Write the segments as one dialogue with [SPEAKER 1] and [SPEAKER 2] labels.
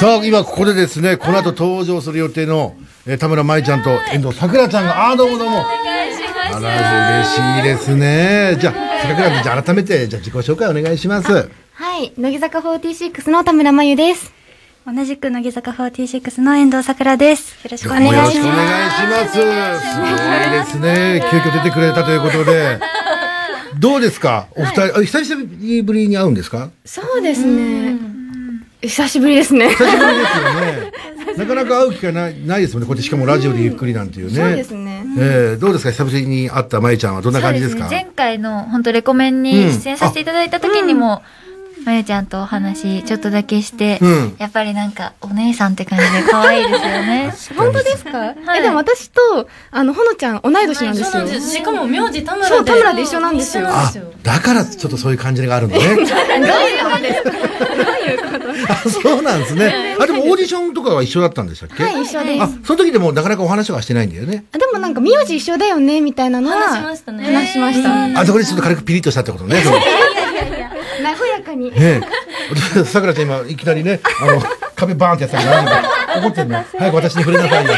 [SPEAKER 1] さあ、今ここでですね、この後登場する予定の、えー田村舞ちゃんと遠藤さくらちゃんが、ああー、どうもどうも。あら、嬉しいですね。じゃあ、せっかくなんで、じゃあ改めて、じゃあ自己紹介お願いします。
[SPEAKER 2] はい、乃木坂46の田村真由です。同じく乃木坂46の遠藤さくらです。よろしくお願いし
[SPEAKER 1] よ
[SPEAKER 2] ま
[SPEAKER 1] ろ
[SPEAKER 2] す。
[SPEAKER 1] しくお願いします。すごいですね。急遽出てくれたということで。どうですかお二人、あ久しぶりに会うんですか
[SPEAKER 3] そうですね。久しぶりですね。
[SPEAKER 1] 久しぶりですよね。なかなか会う機会ないないですもんね。こうやってしかもラジオでゆっくりなんていうね。
[SPEAKER 3] そうですね。
[SPEAKER 1] えーどうですか久々に会ったまゆちゃんはどんな
[SPEAKER 4] そう
[SPEAKER 1] 感じ
[SPEAKER 4] で
[SPEAKER 1] ですす
[SPEAKER 4] ね
[SPEAKER 1] か。
[SPEAKER 4] 前回の本当レコメンに出演させていただいた時にも、まゆちゃんとお話ちょっとだけして、
[SPEAKER 1] うん
[SPEAKER 4] やっぱりなんかお姉さんって感じで可愛いです よね。
[SPEAKER 3] 本当ですか、
[SPEAKER 4] はい
[SPEAKER 3] え、でも私と、あの、ほのちゃん同い年なんですよ。
[SPEAKER 5] しかも名字田村で
[SPEAKER 3] そう、田村で一緒なんですよ。
[SPEAKER 1] あ、だからちょっとそういう感じがある のね。どういう ことですか。そうなんですね。あ、でもオーディションとかは一緒だったんでしたっけ。
[SPEAKER 3] はい、一緒です。
[SPEAKER 1] あ、その時でもなかなかお話はしてないんだよね。
[SPEAKER 3] あでもなんか、名字一緒だよね、みたいなのは、
[SPEAKER 5] 話しましたね
[SPEAKER 3] 話しました。
[SPEAKER 1] あそこでちょっと軽くピリッとしたってこと ね。そう
[SPEAKER 3] 和やかに。
[SPEAKER 1] ね え。さくらちゃん今いきなりね、あの、壁バーンってやってたから大丈夫、怒ってんの早く私に触れなさいよっ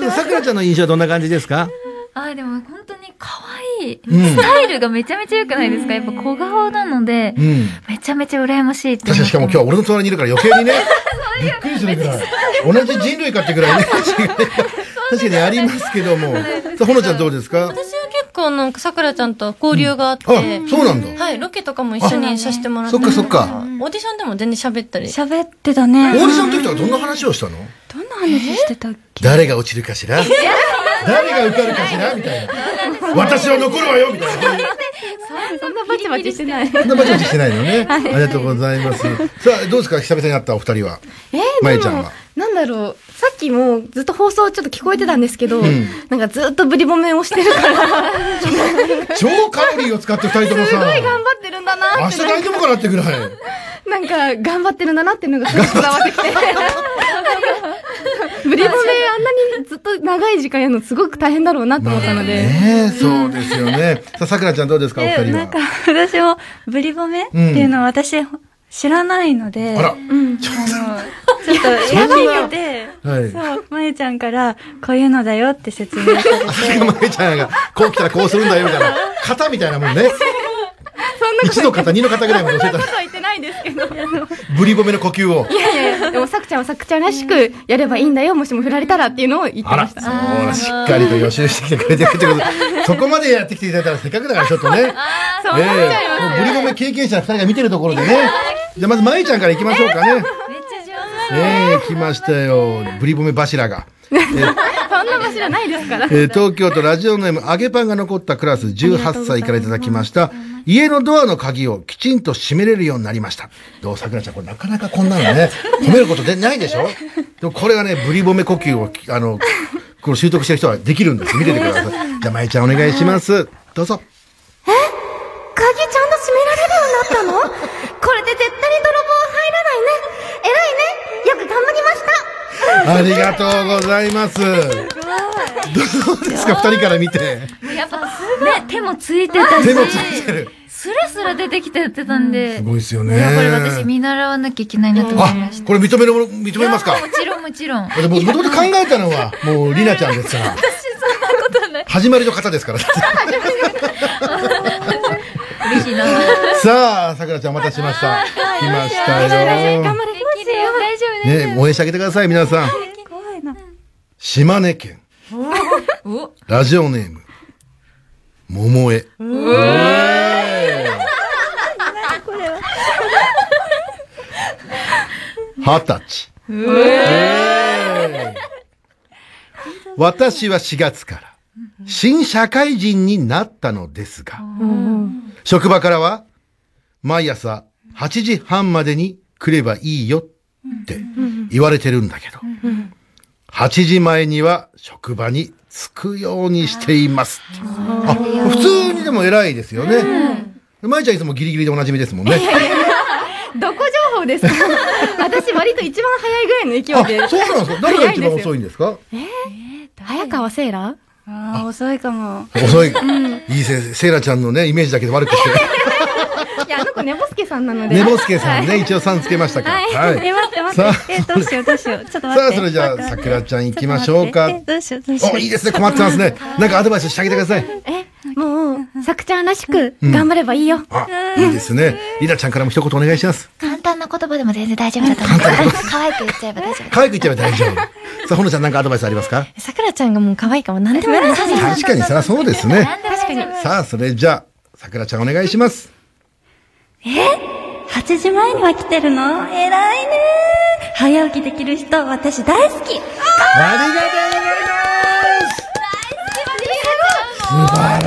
[SPEAKER 1] て。さくらちゃんの印象はどんな感じですか
[SPEAKER 4] あ、でも本当に可愛い。
[SPEAKER 1] ん
[SPEAKER 4] スタイルがめちゃめちゃ良くないですかやっぱ小顔なので、
[SPEAKER 1] うん。
[SPEAKER 4] めちゃめちゃ羨ましいって
[SPEAKER 1] 確か
[SPEAKER 4] 思って
[SPEAKER 1] にしかも今日は俺の隣にいるから余計にね、びっくりするぐらい。同じ人類かってぐらいね、違いが確かにありますけども。さあ、ほのちゃんどうですか
[SPEAKER 5] 私は結構なんかさくらちゃんと交流があって、
[SPEAKER 1] あ、そうなんだ。
[SPEAKER 5] はい、ロケとかも一緒にさせてもらって
[SPEAKER 1] そっかそっか。
[SPEAKER 5] オーディションでも全然喋ったり
[SPEAKER 2] 喋ってた
[SPEAKER 1] オー
[SPEAKER 2] ね
[SPEAKER 1] ディションの時とかどんな話をしたの
[SPEAKER 2] どんな話してたっけ
[SPEAKER 1] 誰が落ちるかしら誰が受かるかしらみたいな。私は残るわよみたいな。
[SPEAKER 3] そんなバチバチしてない。
[SPEAKER 1] そんなバチバチしてないのね。ありがとうございます。さあ、どうですか久々に会ったお二人は。
[SPEAKER 3] え
[SPEAKER 1] ま
[SPEAKER 3] ー、
[SPEAKER 1] ゆ
[SPEAKER 3] で
[SPEAKER 1] ちゃん
[SPEAKER 3] も
[SPEAKER 1] は、
[SPEAKER 3] なんだろう、さっきもずっと放送ちょっと聞こえてたんですけど、
[SPEAKER 1] ん
[SPEAKER 3] なんかずっとブリボメをして るから、
[SPEAKER 1] 超カロリーを使って二人ともさ、
[SPEAKER 3] すごい頑張ってるんだな
[SPEAKER 1] 明
[SPEAKER 3] っ
[SPEAKER 1] 日
[SPEAKER 3] て、
[SPEAKER 1] 大丈夫かなってぐらい。
[SPEAKER 3] なんか頑張ってるんだなっていうのがすごい伝わ ってきて。ブリボメあんなにずっと長い時間やるのすごく大変だろうなと思ったので。
[SPEAKER 1] ねえ、そうですよね。さあ、さくらちゃんどうですかお二
[SPEAKER 2] で、
[SPEAKER 1] 人
[SPEAKER 2] なんか
[SPEAKER 1] は。、
[SPEAKER 2] 私も、ブリボメっていうのは私、知らないので、
[SPEAKER 1] あら、
[SPEAKER 2] ちょっと、やばいよで、
[SPEAKER 1] はい
[SPEAKER 2] そう、まゆちゃんから、こういうのだよって説明されて、
[SPEAKER 1] それが まゆちゃんが、こう来たらこうするんだよみたいな、型みたいなもんね。1の型、2の型ぐらいまで教えたら、
[SPEAKER 3] とは言ってないですけど。
[SPEAKER 1] ブリボメの呼吸を。
[SPEAKER 3] いやいやいやでもさくちゃんはさくちゃんらしくやればいいんだよ、もしも振られたらっていうのを言って
[SPEAKER 1] あら、
[SPEAKER 3] まし
[SPEAKER 1] そ
[SPEAKER 3] た。
[SPEAKER 1] うだしっかりと予習してきてくれてるってことでそこまでやってきていただいたらせっかくだからちょっとね。
[SPEAKER 3] そう
[SPEAKER 1] え
[SPEAKER 3] 思っちゃいます
[SPEAKER 1] えもうブリゴメ経験者2人が見てるところでね。じゃあまず、まゆちゃんから行きましょうかね。
[SPEAKER 4] めっちゃ
[SPEAKER 1] ええ来ましたよ。ブリボメ柱が。
[SPEAKER 3] そんな柱ないですから。
[SPEAKER 1] えー東京都ラジオネーム、揚げパンが残ったクラス18歳からいただきました。家のドアの鍵をきちんと閉めれるようになりました。どう、桜ちゃん、これなかなかこんなのね、褒めることでないでしょでもこれはね、ブリボメ呼吸を、あの、これ習得してる人はできるんです。見ててください。じゃあ、まゆちゃんお願いします。どうぞ。
[SPEAKER 2] 鍵ちゃんと閉められるようになったのこれで絶対に泥棒入らないね。偉いね。よく頑張りま
[SPEAKER 1] あ
[SPEAKER 2] した。
[SPEAKER 1] りがとうございます。どうですか、二人から見て。
[SPEAKER 4] やっぱ、ね、手もついてたし、
[SPEAKER 1] 手もついてる。
[SPEAKER 4] スラスラ出てきてやってたんで、
[SPEAKER 1] すごいですよね。
[SPEAKER 4] いやこれ私見習わなきゃいけないなと思いま
[SPEAKER 1] あ
[SPEAKER 4] し、
[SPEAKER 1] これ認めるもの、認
[SPEAKER 4] た。
[SPEAKER 1] めますか
[SPEAKER 4] いやもちろんもちろん。
[SPEAKER 1] でも、もともと考えたのは、もう、りなちゃんですから。私、そんなことない。始まりの方ですから。
[SPEAKER 4] 嬉しいな。
[SPEAKER 1] さあ、さくらちゃんお待たせしました。来ましたよ。
[SPEAKER 3] 頑張れ、
[SPEAKER 4] できるよ、大丈夫です。
[SPEAKER 1] ね、応援してあげてください、皆さん。
[SPEAKER 2] 怖いな。
[SPEAKER 1] 島根県。ラジオネーム。桃江。二十歳。えー私は4月から新社会人になったのですが、職場からは毎朝8時半までに来ればいいよって言われてるんだけど、8時前には職場に着くようにしています。あ、普通にでも偉いですよね。まいちゃんいつもギリギリでおなじみですもんね。
[SPEAKER 3] どこ情 報ですか私割と一番早いぐらいの
[SPEAKER 1] あ、
[SPEAKER 3] 勢いで。
[SPEAKER 1] そうなんですか誰が一番遅
[SPEAKER 3] い
[SPEAKER 1] いんですか
[SPEAKER 3] 早川セイラ
[SPEAKER 2] ああ、遅いかも。
[SPEAKER 1] 遅い。いいせい、セイラちゃんのね、イメージだけで悪くして。
[SPEAKER 3] いや、あの子、寝ぼすけさんなので。
[SPEAKER 1] ねぼすけさんね、一応さんつけましたから。はい。
[SPEAKER 6] え、待って待
[SPEAKER 1] さあ
[SPEAKER 6] って。え、どうしようどうしよう。ちょっと待
[SPEAKER 1] さ
[SPEAKER 6] っ
[SPEAKER 1] あ、
[SPEAKER 6] て。
[SPEAKER 1] それじゃあ、さくらちゃん行きましょうか
[SPEAKER 6] ち。っと待ってえ、どうしようどうしよ
[SPEAKER 1] お、いいですね、困ってますね。なんかアドバイスしてあげてください。
[SPEAKER 3] え、もう、さくちゃんらしく、頑張ればいいよ。
[SPEAKER 1] あ、いいですね。りなちゃんからも一言お願いします。
[SPEAKER 4] 簡単な言葉でも全然大丈夫だと思う。可愛く言っちゃえば大丈夫。
[SPEAKER 1] 可愛く言っちゃえば大丈夫。さあ、ほのちゃんなんかアドバイスありますか
[SPEAKER 6] う。さくらちゃんがもう可愛いかも。なんでもない。
[SPEAKER 1] 確かにさ、そうですね。
[SPEAKER 4] 確かに。
[SPEAKER 1] さあ、それじゃあ、さくらちゃんお願いします。
[SPEAKER 6] 8時前には来てるの偉いね早起きできる人、私大好き
[SPEAKER 1] ありがとうございます素晴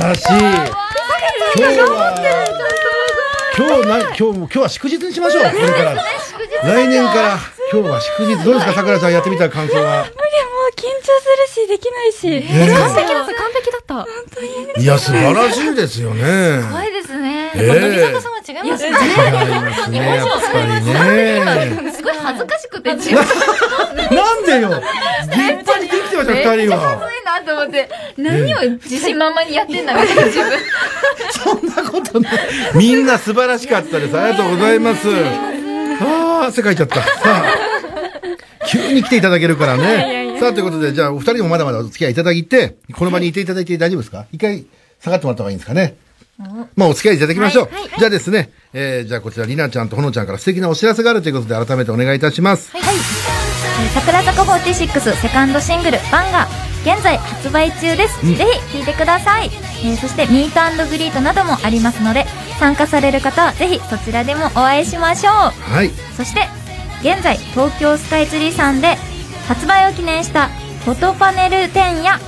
[SPEAKER 1] らしい。今日は、今日な、今日も、今日は祝日にしましょう。これから。来年から、今日は祝日。どうですか、さくらちゃんやってみた感想は。
[SPEAKER 6] 緊張するし、できないし。
[SPEAKER 1] ね
[SPEAKER 3] 完璧だった、完璧だった。
[SPEAKER 1] いや、素晴らしいで すよね。
[SPEAKER 4] 怖いですね。
[SPEAKER 1] え
[SPEAKER 5] 乃木坂さ
[SPEAKER 1] え
[SPEAKER 5] んは違いますね。
[SPEAKER 1] 違いますね、やっ ぱりね。
[SPEAKER 3] すごい恥ずかしくて、自分
[SPEAKER 1] なんでよ立派にできてました、二人は。
[SPEAKER 4] いなと思って、何を自信満々にやってんだみたいな自分。
[SPEAKER 1] そんなことない。みんな素晴らしかったです。ありがとうございます。ああ、汗かいちゃった。さあ、急に来ていただけるからね。さあ、ということで、じゃあ、お二人もまだまだお付き合いいただいて、この場にいていただいて大丈夫ですか一回下がってもらった方がいいんですかね。まあ、お付き合いいただきましょう。じゃあですね、えー、じゃあこちら、りなちゃんとほのちゃんから素敵なお知らせがあるということで、改めてお願いいたします。
[SPEAKER 4] 桜坂46セカンドシングル「バンガー」現在発売中です、ぜひ聴いてください、えーそしてミートグリートなどもありますので参加される方はぜひそちらでもお会いしましょう
[SPEAKER 1] はい。
[SPEAKER 4] そして現在東京スカイツリーさんで発売を記念したフォトパネル展や、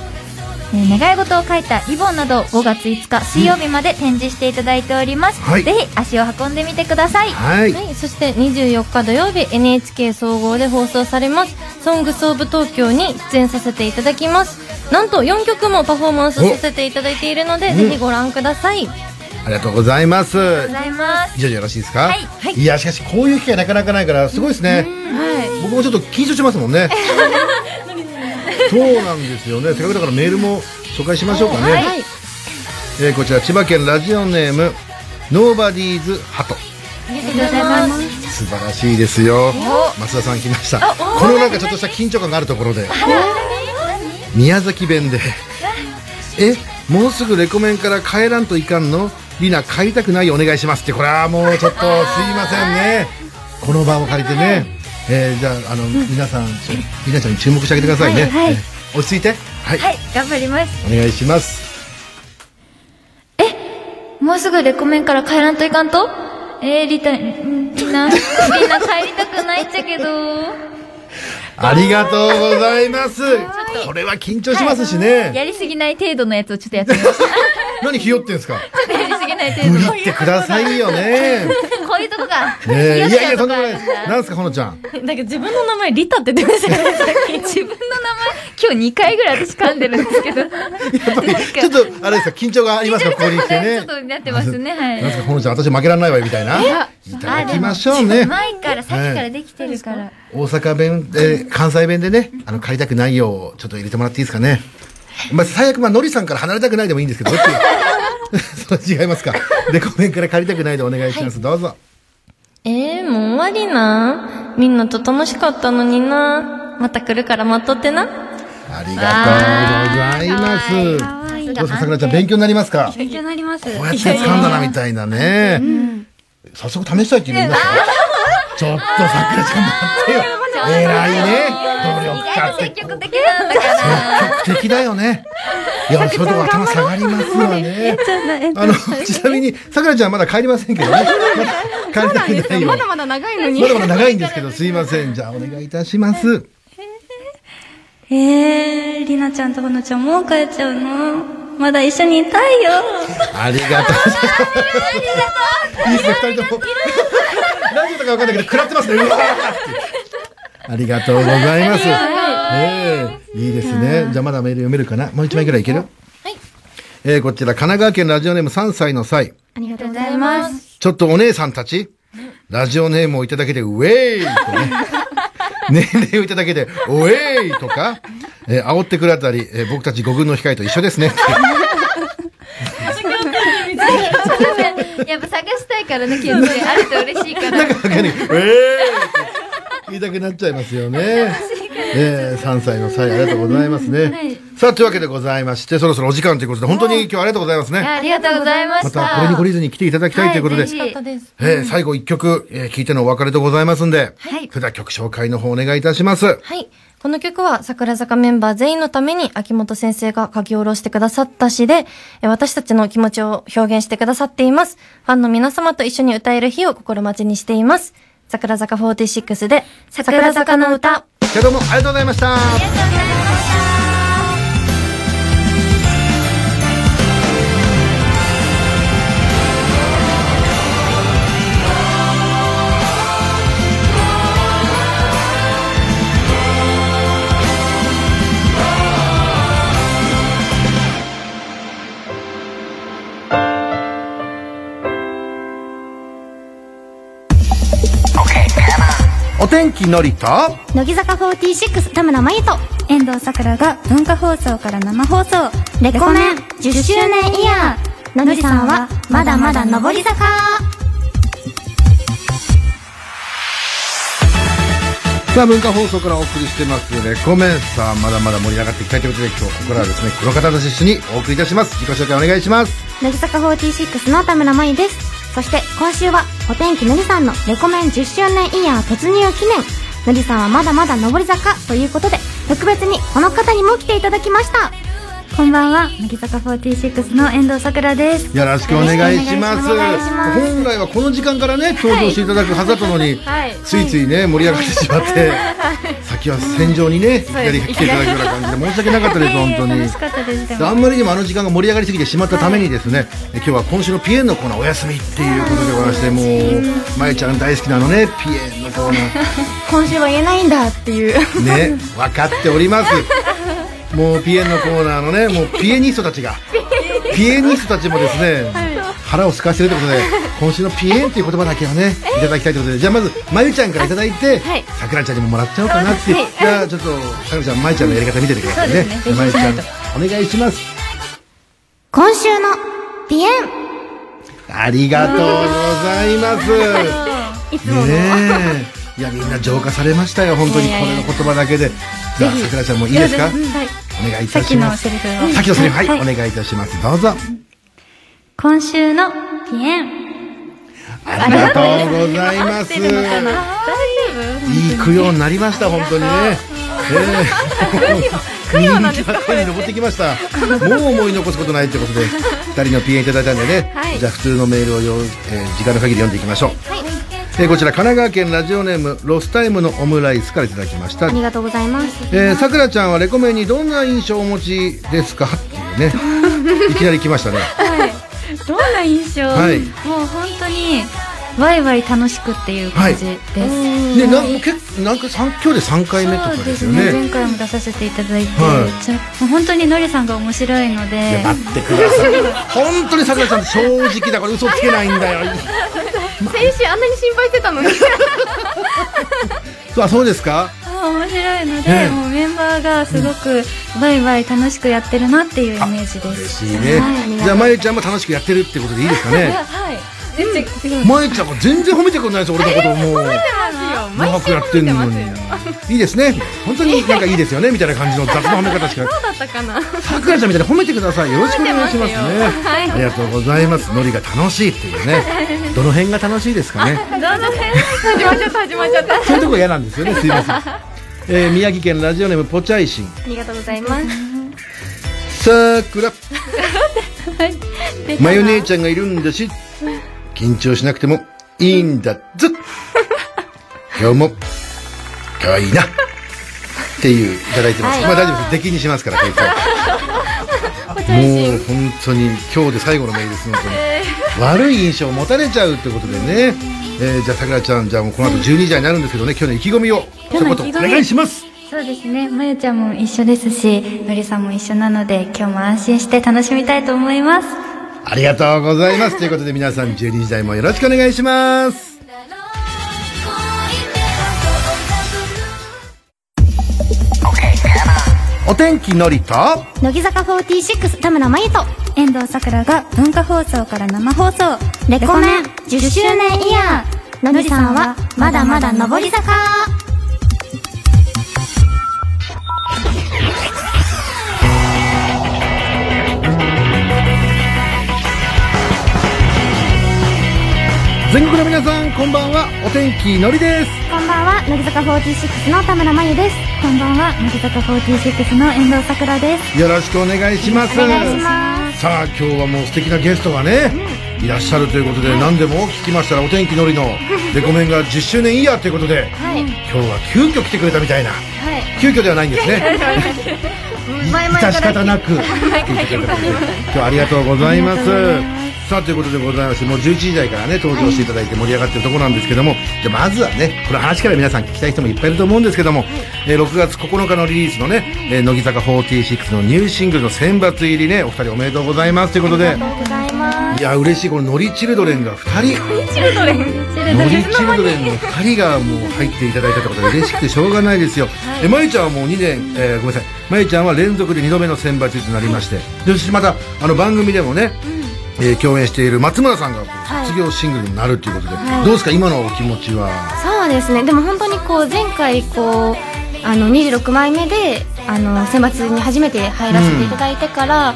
[SPEAKER 4] えー願い事を書いたリボンなどを5月5日水曜日まで展示していただいております、
[SPEAKER 1] はい
[SPEAKER 4] ぜひ足を運んでみてください
[SPEAKER 1] はい。
[SPEAKER 5] はい、そして24日土曜日 NHK 総合で放送されます「ソングスオブ東京に出演させていただきますなんと4曲もパフォーマンスさせていただいているのでぜひご覧ください、
[SPEAKER 1] ありがとうございます。
[SPEAKER 4] ございます
[SPEAKER 1] 以上でよろしいですか、
[SPEAKER 4] はい
[SPEAKER 1] い、やしかしこういう機会なかなかないからすごいですね、僕もちょっと緊張しますもんねそうなんですよねせっかくだからメールも紹介しましょうかね、えーこちら千葉県ラジオネームノーバディーズハト
[SPEAKER 4] ありがとうございま
[SPEAKER 1] 素
[SPEAKER 4] す
[SPEAKER 1] 晴らしいですよ増田さん来ましたこのなんかちょっとした緊張感があるところで宮崎弁で「えもうすぐレコメンから帰らんといかんのリナ帰りたくないお願いします」ってこれはもうちょっとすいませんねこの場を借りてね、えーじゃああの皆さんリナちゃんに注目してあげてくださいね、えー落ち着いてはい、
[SPEAKER 4] はい頑張ります
[SPEAKER 1] お願いします
[SPEAKER 4] もうすぐレコメンから帰らんといかんとえー、リタ、んみんな、みんな帰りたくないっちゃ けど。
[SPEAKER 1] ありがとうございますこれは緊張しますしね
[SPEAKER 4] やりすぎない程度のやつをちょっとやってみました。ちょ
[SPEAKER 1] 何ひよってんすか
[SPEAKER 4] っとやりすぎない程
[SPEAKER 1] 無
[SPEAKER 4] 度。
[SPEAKER 1] 理言ってくださいよね。
[SPEAKER 4] こういうとこが。
[SPEAKER 1] ねえいやいや、とんでもない
[SPEAKER 4] な
[SPEAKER 1] で
[SPEAKER 4] ん
[SPEAKER 1] す。
[SPEAKER 4] だ
[SPEAKER 1] なんですか、ほのちゃん。
[SPEAKER 5] なんか自分の名前リタって出ま したね
[SPEAKER 4] 自分の名前、今日2回ぐらい私噛んでるんですけど。
[SPEAKER 1] やっぱり、ちょっと、あれですか、緊張がありますか、ここに来て
[SPEAKER 4] ちょ
[SPEAKER 1] ね
[SPEAKER 4] っ。となってますね、は
[SPEAKER 1] なんです
[SPEAKER 4] い。
[SPEAKER 1] か、ほのちゃん、私負けられないわよ、みたいな。いただきましょうね。
[SPEAKER 4] 前から、さっきからできてるから。
[SPEAKER 1] 大阪弁、えー関西弁でね、あの、借りたくないよう、ちょっと入れてもらっていいですかね。まあ、最悪、まあ、のりさんから離れたくないでもいいんですけど、どっ ちそう違いますか。で、コメンから借りたくないでお願いします。どうぞ。
[SPEAKER 5] えー、もう終わりなみんなと楽しかったのになまた来るから待っとってな
[SPEAKER 1] ありがとうございます。どうですか、さくらちゃん、勉強になりますか
[SPEAKER 6] 勉強になります。
[SPEAKER 1] こうやって掴んだなみたいなね。早速試したいって言うんだちょっとさくらちゃん待ってよ。偉いね。努力家
[SPEAKER 4] 積
[SPEAKER 1] 的。
[SPEAKER 4] 極的なんだから。
[SPEAKER 1] 積極的だよね。いや、そういうとこ頭下がりますわね。あの、ちなみに、さくらちゃんまだ帰りませんけどね。まだ帰りたくないよ。ま
[SPEAKER 3] まだ
[SPEAKER 1] だ
[SPEAKER 3] まだ長いのに。
[SPEAKER 1] まだ長いんですけど、すいません。じゃあ、お願いいたします。
[SPEAKER 6] えー、りなちゃんとほのちゃんもう帰っちゃうのまだ一緒にいたいよ。
[SPEAKER 1] ありがとうございます。いいですね、二人とも。ラジオとかわかんないけど、食らってますね。うわーってありがとうございます。ええいいですね。じゃあまだメール読めるかな。もう一枚ぐらいいけるはい。えー、こちら、神奈川県ラジオネーム3歳の際。
[SPEAKER 3] ありがとうございます。
[SPEAKER 1] ちょっとお姉さんたち、ラジオネームをいただけて、ウェーイ とね。年齢をいただけて、ウェーイとか、えー煽ってくれたり、えー僕たち五軍の控えと一緒ですね。
[SPEAKER 4] やっぱ探したい
[SPEAKER 5] からね、ケンちゃん。あると嬉しいから。
[SPEAKER 1] なんかに、えーって言いたくなっちゃいます よね。えー、3歳の際ありがとうございますね。さあ、というわけでございまして、そろそろお時間ということで、本当に今日はありがとうございますね。
[SPEAKER 5] ありがとうございま
[SPEAKER 1] ま
[SPEAKER 5] した。
[SPEAKER 1] た、これに懲りずに来ていただきたいということで、
[SPEAKER 5] 嬉しかったです。
[SPEAKER 1] えー最後一曲、えー聴いてのお別れでございますんで、それでは曲紹介の方お願いいたします。
[SPEAKER 5] はい。この曲は桜坂メンバー全員のために秋元先生が書き下ろしてくださった詩で、え私たちの気持ちを表現してくださっています。ファンの皆様と一緒に歌える日を心待ちにしています。桜坂46で、桜坂の歌。
[SPEAKER 1] 今日どうもありがとうございました。お天気のりと、
[SPEAKER 2] 乃木坂46田村真由と
[SPEAKER 6] 遠藤さくらが文化放送から生放送
[SPEAKER 2] レコメン10周年イヤー乃木さんはまだまだ上り坂
[SPEAKER 1] さあ文化放送からお送りしてますレコメンさあまだまだ盛り上がっていきたいということで今日ここからはですねこの方たち一緒にお送りいたします自己紹介お願いします
[SPEAKER 2] 乃木坂46の田村真由ですそして今週はお天気のりさんのレコメン10周年イヤー突入記念のりさんはまだまだ上り坂ということで特別にこの方にも来ていただきました
[SPEAKER 6] こんばんは乃木坂46の遠藤さくらです
[SPEAKER 1] よろしくお願いします
[SPEAKER 2] よろしくお願いします
[SPEAKER 1] 本来はこの時間からね登場していただくはずだったのに、ついついね盛り上がってしまって、先は戦場にねいきなり来ていただくような感じで申し訳なかったです本当に
[SPEAKER 6] 楽しかったですでも
[SPEAKER 1] あんまりにもあの時間が盛り上がりすぎてしまったためにですね、え今日は今週のピエンのコーナーお休みっていうことでございましてもうまえちゃん大好きなのねピエンのコーナー
[SPEAKER 3] 今週は言えないんだっていう。
[SPEAKER 1] ね、分かっております。もうピエンのコーナーのね、もうピエニストたちが。ピエニストたちもですね、腹を空かせてるということで、今週のピエンっていう言葉だけはね、いただきたいということで、じゃあまず、まゆちゃんからいただいて、さくらちゃんにももらっちゃおうかなっていう。じゃあちょっと、さくらちゃん、まゆちゃんのやり方見ててくださいね。じゃあまゆちゃん、お願いします。
[SPEAKER 2] 今週のピエン
[SPEAKER 1] ありがとうございます。いつもねえ。いやみんな浄化されましたよ本当にこれの言葉だけで。じゃあさくらちゃんもいいですか。お願いいたします。
[SPEAKER 6] さっきのセリフを
[SPEAKER 1] さっきのセリフはいお願いいたしますどうぞ。
[SPEAKER 6] 今週のピエン
[SPEAKER 1] ありがとうございます。いい供養になりました本当にね。ええ供養なんですか。に登ってきました。もう思い残すことないってことで、二人の P エンいただいたんでね。じゃあ普通のメールをよ、えー時間の限り読んでいきましょう。えーこちら神奈川県ラジオネームロスタイムのオムライスからいただきました
[SPEAKER 2] あ。りがとうございます
[SPEAKER 1] えーさくらちゃんはレコメンにどんな印象をお持ちですかっていう ね。いきなり来ましたね。
[SPEAKER 6] どんな印象、
[SPEAKER 1] はい
[SPEAKER 6] もう本当にワイワイ楽しくっていう感じです、
[SPEAKER 1] ね、なんか結構なんか三今日で三回目とか
[SPEAKER 6] そ
[SPEAKER 1] で
[SPEAKER 6] うですす
[SPEAKER 1] よ
[SPEAKER 6] ね
[SPEAKER 1] ね。
[SPEAKER 6] 前回も出させていただいて、
[SPEAKER 1] はい
[SPEAKER 6] じゃもう本当にのりさんが面白いの
[SPEAKER 1] いや
[SPEAKER 6] で
[SPEAKER 1] 待ってください。本当にさくらちゃん正直だから嘘つけないんだよ。
[SPEAKER 3] 先週あんなに心配してたのに。
[SPEAKER 1] そうあそうですか。
[SPEAKER 6] あ面白いので、
[SPEAKER 1] ええ
[SPEAKER 6] もうメンバーがすごくワイワイ楽しくやってるなっていうイメージで
[SPEAKER 1] 嬉し
[SPEAKER 6] す
[SPEAKER 1] いね。じゃあまゆちゃんも楽しくやってるってことでいいですかね。まゆちゃんも全然褒めてくれないです俺のことをもう。 長くやってんのに。いいですね。本当になんかいいですよねみたいな感じの雑な褒め方しか。
[SPEAKER 3] だったかな。
[SPEAKER 1] さくらちゃんみたいに褒めてくださいよろしくお願いしますねありがとうございますノリが楽しいっていうねどの辺が楽しいですかね
[SPEAKER 3] 始まっちゃった、始まっちゃった。
[SPEAKER 1] そういうとこ嫌なんですよねすいま せん、えー宮城県ラジオネームポチャイシン
[SPEAKER 3] ありがとうございます。
[SPEAKER 1] さく らマヨ姉ちゃんがいるんだし緊張しなくてもいいんだ ぞ今日も可愛いなっていういただいてます、まあ大丈夫です出禁にし ますからこいつはもう本当に今日で最後のメールです本当に悪い印象を持たれちゃうってことでね、えーじゃあさくらちゃんじゃあもうこの後12時になるんですけどね今日の意気込みを一言お願いします
[SPEAKER 6] そうですねまゆちゃんも一緒ですしのりさんも一緒なので今日も安心して楽しみたいと思います
[SPEAKER 1] ありがとうございます。ということで皆さん12時台もよろしくお願いします。お天気のりと
[SPEAKER 7] 乃木坂46田村真由と
[SPEAKER 2] 遠藤さくらが文化放送から生放送
[SPEAKER 7] レコメン10周年イヤーのりさんはまだまだ上り坂
[SPEAKER 1] 全国の皆さんこんばんはお天気のりです
[SPEAKER 7] こんばんは乃木坂46の田村真由です
[SPEAKER 2] こんばんは乃木坂46の遠藤さくらです
[SPEAKER 1] よろしくお願いします
[SPEAKER 7] お願いします
[SPEAKER 1] さあ今日はもう素敵なゲストがね、いらっしゃるということで、何でも聞きましたらお天気のり のレコメンが10周年イヤーということで、今日は急遽来てくれたみたいな、急遽ではないんです ね致し方なく聞いてくれたということで今日はありがとうございますさあということでございましてもう11時台からね登場していただいて盛り上がってるところなんですけども、じゃあまずはねこの話から皆さん聞きたい人もいっぱいいると思うんですけども、えー6月9日のリリースのね、えー乃木坂46のニューシングルの選抜入りねお二人おめでとうございますということでいや嬉しいこのノリチルドレンが2人ノリチルドレンの2人がもう入っていただいたってことで嬉しくてしょうがないですよ、えまゆちゃんはもう2年、えーごめんなさいまゆちゃんは連続で2度目の選抜となりまして、そしてまたあの番組でもね、えー共演している松村さんが卒業シングルになるということで、どうですか今のお気持ちは
[SPEAKER 3] そうですねでも本当にこう前回こうあの26枚目であの選抜に初めて入らせていただいてから、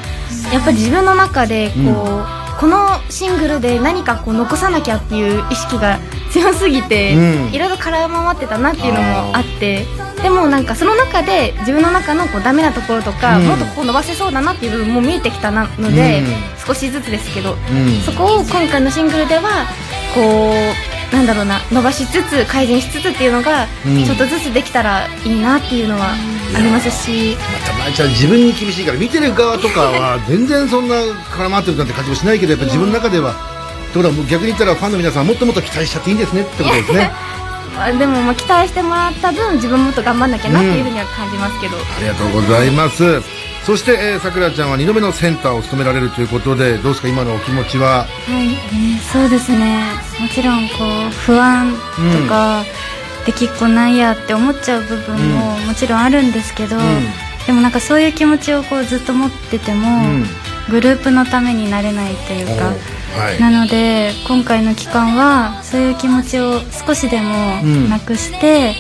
[SPEAKER 3] やっぱり自分の中でこう、このシングルで何かこう残さなきゃっていう意識が強すぎて、
[SPEAKER 1] うん
[SPEAKER 3] いろいろ空回ってたなっていうのも
[SPEAKER 1] あー
[SPEAKER 3] あってでもなんかその中で自分の中のこうダメなところとか、
[SPEAKER 1] うん
[SPEAKER 3] もっとここ伸ばせそうだなっていう部分も見えてきたなので、
[SPEAKER 1] うん
[SPEAKER 3] 少しずつですけど、
[SPEAKER 1] ん
[SPEAKER 3] そこを今回のシングルではこうなんだろうな伸ばしつつ改善しつつっていうのが、
[SPEAKER 1] うん
[SPEAKER 3] ちょっとずつできたらいいなっていうのはありますし、
[SPEAKER 1] またまゆちゃん自分に厳しいから見てる側とかは全然そんな絡まってるなんて感じもしないけどやっぱ自分の中ではってことはもう逆に言ったらファンの皆さんはもっともっと期待しちゃっていいんですねってことですね
[SPEAKER 3] あでもまあ期待してもらった分自分もっと頑張んなきゃなっていうふうには感じますけど、
[SPEAKER 1] ありがとうございますそして、えー、さくらちゃんは2度目のセンターを務められるということでどうですか今のお気持ちは
[SPEAKER 2] はい、えーそうですねもちろんこう不安とか、できっこないやって思っちゃう部分ももちろんあるんですけど、
[SPEAKER 1] ん
[SPEAKER 2] でもなんかそういう気持ちをこうずっと持ってても、
[SPEAKER 1] うん
[SPEAKER 2] グループのためになれないというか、
[SPEAKER 1] おはい
[SPEAKER 2] なので今回の期間はそういう気持ちを少しでも
[SPEAKER 1] うん
[SPEAKER 2] なくして、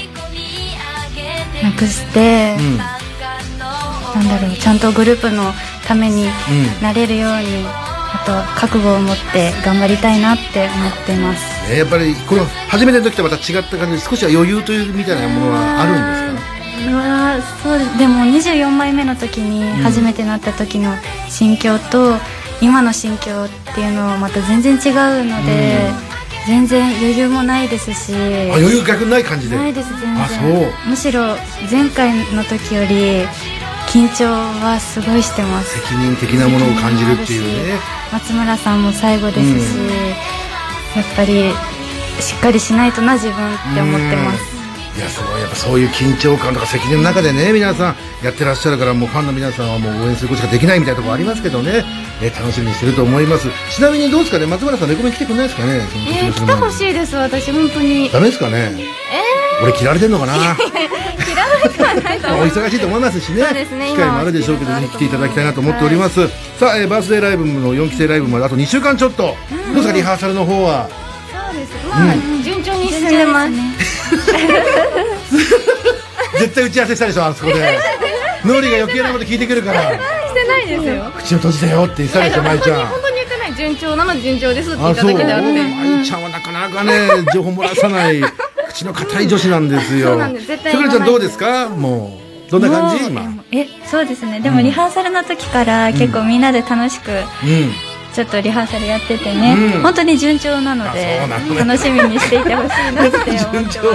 [SPEAKER 2] なくして、
[SPEAKER 1] うん
[SPEAKER 2] なんだろうちゃんとグループのために
[SPEAKER 1] うん
[SPEAKER 2] なれるように、あと覚悟を持って頑張りたいなって思ってます
[SPEAKER 1] ねやっぱりこの初めての時とまた違った感じで少しは余裕というみたいなものはあるんですか
[SPEAKER 2] うわーそうですでも24枚目の時に初めてなった時の心境と、今の心境っていうのはまた全然違うので、全然余裕もないですし
[SPEAKER 1] あ余裕逆にない感じで
[SPEAKER 2] ないです全然
[SPEAKER 1] あそう
[SPEAKER 2] むしろ前回の時より緊張はすごいしてます
[SPEAKER 1] 責任的なものを感じるっていうね
[SPEAKER 2] 松村さんも最後ですし、
[SPEAKER 1] うん
[SPEAKER 2] やっぱりしっかりしないとな自分って思ってます
[SPEAKER 1] いやそうやっぱそういう緊張感とか責任の中でね皆さんやってらっしゃるからもうファンの皆さんはもう応援することしかできないみたいなところありますけどねえ楽しみにしてると思いますちなみにどうですかね松村さんレコメン来てくれないですかねその卒
[SPEAKER 3] え
[SPEAKER 1] 業
[SPEAKER 3] ー
[SPEAKER 1] する前
[SPEAKER 3] 来て
[SPEAKER 1] に
[SPEAKER 3] ほしいです私本当に
[SPEAKER 1] ダメですかね俺嫌われてんのかな嫌われてはないとお忙しいと思いますしね
[SPEAKER 3] ですね
[SPEAKER 1] 機会もあるでしょうけどぜひ来ていただきたいなと思っております、さあ、えーバースデーライブの4期生ライブまであと2週間ちょっと、どうですかリハーサルの方は
[SPEAKER 3] まあ、順調に進んでます
[SPEAKER 1] 絶対打ち合わせしたでしょあそこでノリが余計なこと聞いてくるから
[SPEAKER 3] してないですよ
[SPEAKER 1] 口を閉じてよって言ってたでしょ舞ち ゃん
[SPEAKER 3] 本当に言ってない順調なので順調ですって言
[SPEAKER 1] あ
[SPEAKER 3] った
[SPEAKER 1] そう
[SPEAKER 3] だけであって
[SPEAKER 1] 舞ちゃんはなかなかね情報もらさない口の硬い女子なんですよ
[SPEAKER 3] そうなんです絶対
[SPEAKER 1] さ
[SPEAKER 3] 言
[SPEAKER 1] く
[SPEAKER 3] わ
[SPEAKER 1] ら
[SPEAKER 3] ない
[SPEAKER 1] ちゃんどうですかもうどんな感じ今うん
[SPEAKER 2] えそうですねでもリハーサルの時から結構みんなで楽しくちょっとリハーサルやっててね、
[SPEAKER 1] うん
[SPEAKER 2] 本当に順調なので
[SPEAKER 1] あそうなのね
[SPEAKER 2] 楽しみにしていてほしいなって思ってます
[SPEAKER 1] 順調、ま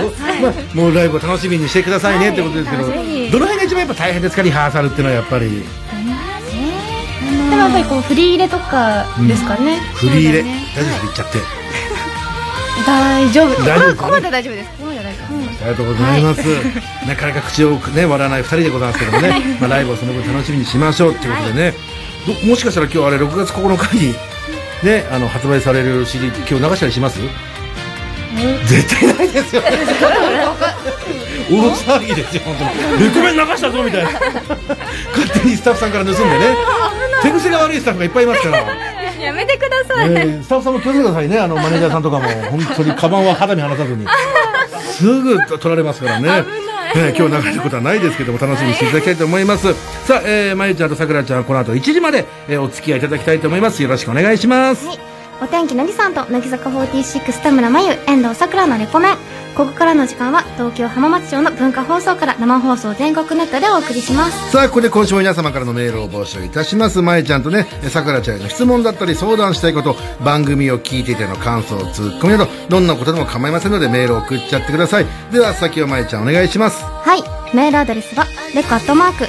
[SPEAKER 1] あ、もうライブを楽しみにしてくださいねってことですけど、どの辺が一番やっぱ大変ですかリハーサルっていうのはやっぱり
[SPEAKER 3] でもやっぱりこう振り入れとかですかね、
[SPEAKER 1] 振り入れ、大丈夫ですか言っちゃって
[SPEAKER 3] 大丈夫
[SPEAKER 1] 大丈夫
[SPEAKER 3] ここまで大丈夫ですここまで大丈夫、
[SPEAKER 1] ありがとうございます、なかなか口を、ね、割らない2人でございますけどもねまあライブをその分楽しみにしましょうということでね、どもしかしたら今日あれ6月9日に、ね、あの発売される CD 今日流したりします絶対ないですよね大騒ぎですよ本当にレコメン流したぞみたいな勝手にスタッフさんから盗んでね手癖が悪いスタッフがいっぱいいますから
[SPEAKER 5] やめてください。
[SPEAKER 1] えースタッフさんも気をつけてくださいね、あのマネージャーさんとかも、本当にカバンは肌身離さずに、すぐ取られますからね。えー今日流れることはないですけども楽しみにしていただきたいと思います、さあ、えー、まゆちゃんとさくらちゃんはこの後1時まで、えーお付き合いいただきたいと思いますよろしくお願いします、
[SPEAKER 2] お天気のりさんと乃木坂46田村真由遠藤さくらのレコメンここからの時間は東京浜松町の文化放送から生放送全国ネットでお送りします
[SPEAKER 1] さあここで今週も皆様からのメールを募集いたしますまゆちゃんとねえさくらちゃんへの質問だったり相談したいこと番組を聞いていての感想ツッコミなどどんなことでも構いませんのでメールを送っちゃってくださいでは先をまゆちゃんお願いします
[SPEAKER 2] はいメールアドレスはレコアットマーク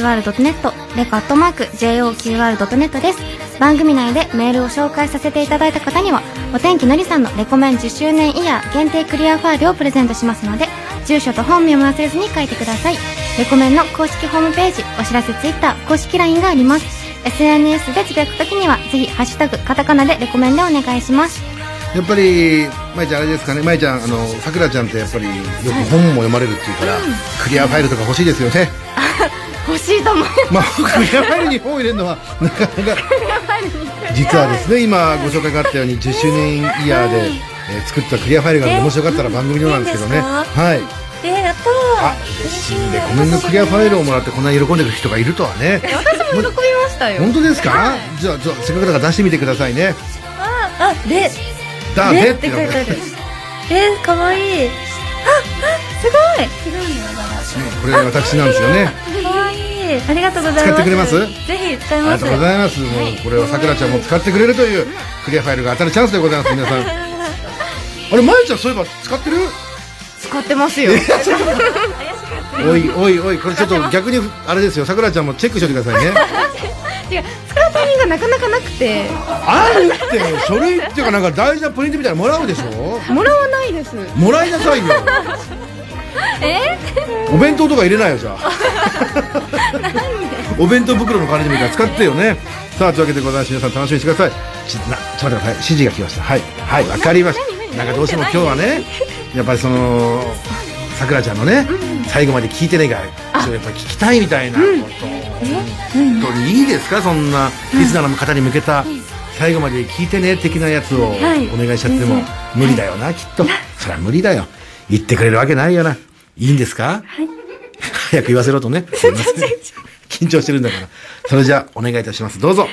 [SPEAKER 2] JOQR.net レコアットマーク JOQR.net です番組内でメールを紹介させていただいた方にはお天気のりさんのレコメン10周年イヤー限定クリアファイルをプレゼントしますので住所と本名も忘れずに書いてくださいレコメンの公式ホームページお知らせツイッター公式 LINE があります SNS でつぶやくときにはぜひ「ハッシュタグカタカナ」でレコメンでお願いします
[SPEAKER 1] やっぱり、まいちゃんあれですかね、まいちゃん、あの、さくらちゃんってやっぱり、よく本も読まれるっていうから、クリアファイルとか欲しいですよね。
[SPEAKER 2] 欲しいと思い
[SPEAKER 1] まあ、クリアファイルに本を入れるのは、なかなか。実はですね、今ご紹介があったように、10周年イヤーで、えー作ったクリアファイルがあるので、もしよかったら番組のなんですけどね。はい。
[SPEAKER 5] で、やった
[SPEAKER 1] あ、嬉しいね。ごめんのクリアファイルをもらって、こんなに喜んでる人がいるとはね。
[SPEAKER 5] 私も喜びましたよ。
[SPEAKER 1] 本当ですか。じゃあ、じゃあ、せっかくだから出してみてくださいね。
[SPEAKER 5] あ、で、
[SPEAKER 1] だ
[SPEAKER 5] で
[SPEAKER 1] ね
[SPEAKER 5] っ
[SPEAKER 1] っ
[SPEAKER 5] て
[SPEAKER 1] ての
[SPEAKER 5] 書
[SPEAKER 1] が
[SPEAKER 5] いてある。えー、かわいい。あ、あ、す
[SPEAKER 1] これ私なんですよね。
[SPEAKER 5] ごい。かわいい。ありがと うございます。
[SPEAKER 1] 使ってくれます。
[SPEAKER 5] ぜひ使い
[SPEAKER 1] あ
[SPEAKER 5] ま
[SPEAKER 1] りが
[SPEAKER 5] す
[SPEAKER 1] とう。ございます。もうこれはさくらちゃんも使ってくれるというクリアファイルが当たるチャンスでございます。皆さん。あれ、まゆちゃん、そういえば使ってる。
[SPEAKER 5] 使ってますよ。
[SPEAKER 1] おいおいおい、これちょっと逆に、あれですよ、さくらちゃんもチェックしておいてくださいね。
[SPEAKER 5] 違う、使うタイミングがなかなかなくて、
[SPEAKER 1] あるって、書類っていうか、なんか大事なプリントみたいなのもらうでしょ
[SPEAKER 5] もらわないです。
[SPEAKER 1] もらいなさいよ。 えお弁当とか入れないよ、じゃあ。 お弁当袋の代わりにもいいから使ってよね。さあ、というわけでございます。皆さん楽しみにしてください。ちな、ちょっと待ってください。指示が来ました。はい。はい、わかりました。なんかどうしても今日はね、やっぱりその、さくらちゃんのね、最後まで聞いてねえが、ちょっとやっぱ聞きたいみたいなこと。本当にいいですかそんなリスナーの方に向けた最後まで聞いてね的なやつをお願いしちゃっても無理だよなきっとそりゃ無理だよ言ってくれるわけないよないいんですか早く言わせろとねすいません緊張してるんだからそれじゃあお願いいたしますどうぞ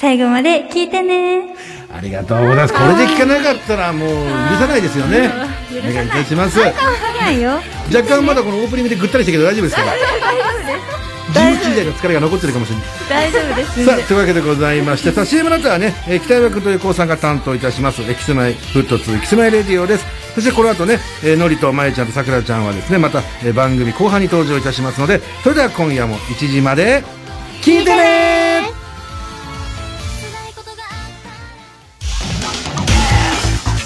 [SPEAKER 4] 最後まで聞いてね
[SPEAKER 1] ありがとうございますこれで聞かなかったらもう許さないですよねお願いいたします
[SPEAKER 4] ないよ
[SPEAKER 1] 若干まだこのオープニングでぐったりしたけど 大丈夫ですか11時代の疲れが残ってるかもしれない
[SPEAKER 5] 大丈夫です。
[SPEAKER 1] さあというわけでございましてさあ CM の後はね、えー北山君という子さんが担当いたしますえーキスマイフット2キスマイレディオですそしてこの後ね、えーのりとまえちゃんとさくらちゃんはですねまた、えー番組後半に登場いたしますのでそれでは今夜も1時まで聞いてね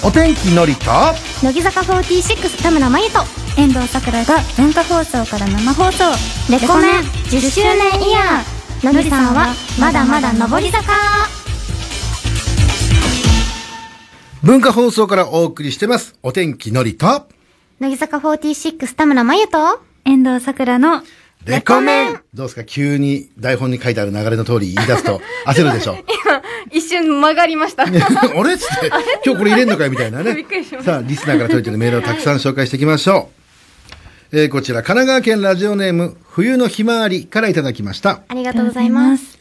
[SPEAKER 1] お天気のりと
[SPEAKER 2] 乃木坂46田村真由と
[SPEAKER 4] 遠藤さくらが文化放送から生放送
[SPEAKER 2] レコメン10周年イヤーのりさんはまだまだ上り坂
[SPEAKER 1] 文化放送からお送りしてますお天気のりと
[SPEAKER 2] 乃木坂46田村真由と
[SPEAKER 4] 遠藤さくらの
[SPEAKER 1] レコメンどうですか急に台本に書いてある流れの通り言い出すと焦るでしょ
[SPEAKER 5] 一瞬曲がりました。
[SPEAKER 1] ね あれっつって、今日これ入れんのかよみたいなね。さあ、リスナーから届いてるメールをたくさん紹介していきましょう。えーこちら、神奈川県ラジオネーム、冬のひまわりからいただきました。
[SPEAKER 2] ありがとうございます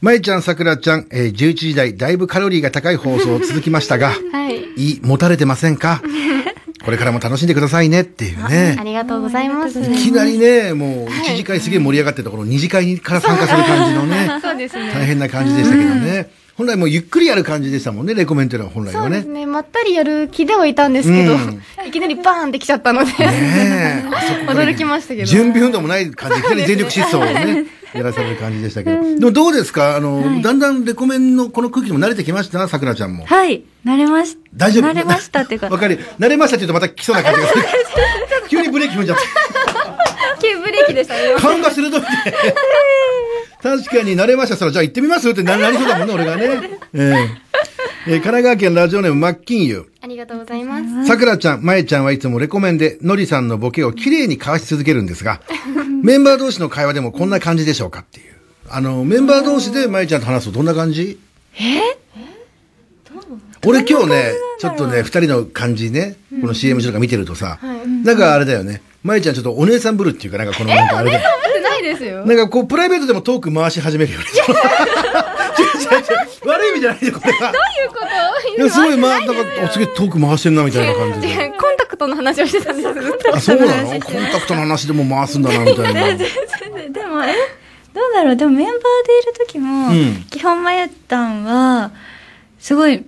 [SPEAKER 1] まいちゃん、さくらちゃん、えー11時台、だいぶカロリーが高い放送続きましたが、い、い、持たれてませんかこれからも楽しんでくださいねっていうね
[SPEAKER 2] あ。りがとうございます
[SPEAKER 1] いきなりね、もう、一次会すげえ盛り上がってるところ、二次会から参加する感じのね、
[SPEAKER 5] そうですね。
[SPEAKER 1] 大変な感じでしたけどね。本来もうゆっくりやる感じでしたもんね、レコメントいうのは本来
[SPEAKER 5] そ
[SPEAKER 1] は
[SPEAKER 5] うで
[SPEAKER 1] ね
[SPEAKER 5] す。ね。まったりやる気ではいたんですけど、いきなりバーンって来ちゃったので、
[SPEAKER 1] ねえあそこか ら
[SPEAKER 5] 驚きましたけど
[SPEAKER 1] 準備運動もない感じで、いきなり全力疾走を ね、やらされる感じでしたけど。でもどうですかあの、だんだんレコメンのこの空気にも慣れてきましたさくらちゃんも。
[SPEAKER 4] はい慣れまし
[SPEAKER 1] 大丈夫
[SPEAKER 4] 慣れましたっていうか
[SPEAKER 1] わかる。慣れましたって言うとまた来そうな感じが する。急にブレーキ踏んじゃっ
[SPEAKER 5] 急ブレーキでしたね
[SPEAKER 1] た。。勘が鋭いね。確かに慣れました。そら、じゃあ行ってみますってななりそうだもんね、俺がね。えええー神奈川県ラジオネームマッキンユ
[SPEAKER 3] ありがとうございます。
[SPEAKER 1] さくらちゃん、まえちゃんはいつもレコメンで、のりさんのボケをきれいにかわし続けるんです が、メンバー同士の会話でもこんな感じでしょうかっていう。あの、メンバー同士でまえちゃんと話すとどんな感じえ俺今日ね、ちょっとね、二人の感じね、この CM 中とか見てるとさ、なんかあれだよね、まえちゃんちょっとお姉さんぶるっていうかなんかこのなんかあれだよ。
[SPEAKER 3] ないですよ。
[SPEAKER 1] なんかこう、プライベートでもトーク回し始めるよね。 違う違う違う。悪い意味じゃないよ、これは。どういうこといや、すごい、まあ、なんか、おすげえトーク回してんな、みたいな感じで。
[SPEAKER 3] コンタクトの話をしてたんですずっ
[SPEAKER 1] あ、そうなのコンタクトの話でも回すんだな、みたいな。
[SPEAKER 6] でもえどうだろうでもメンバーでいる時も、
[SPEAKER 1] うん
[SPEAKER 6] 基本まゆたんはすごい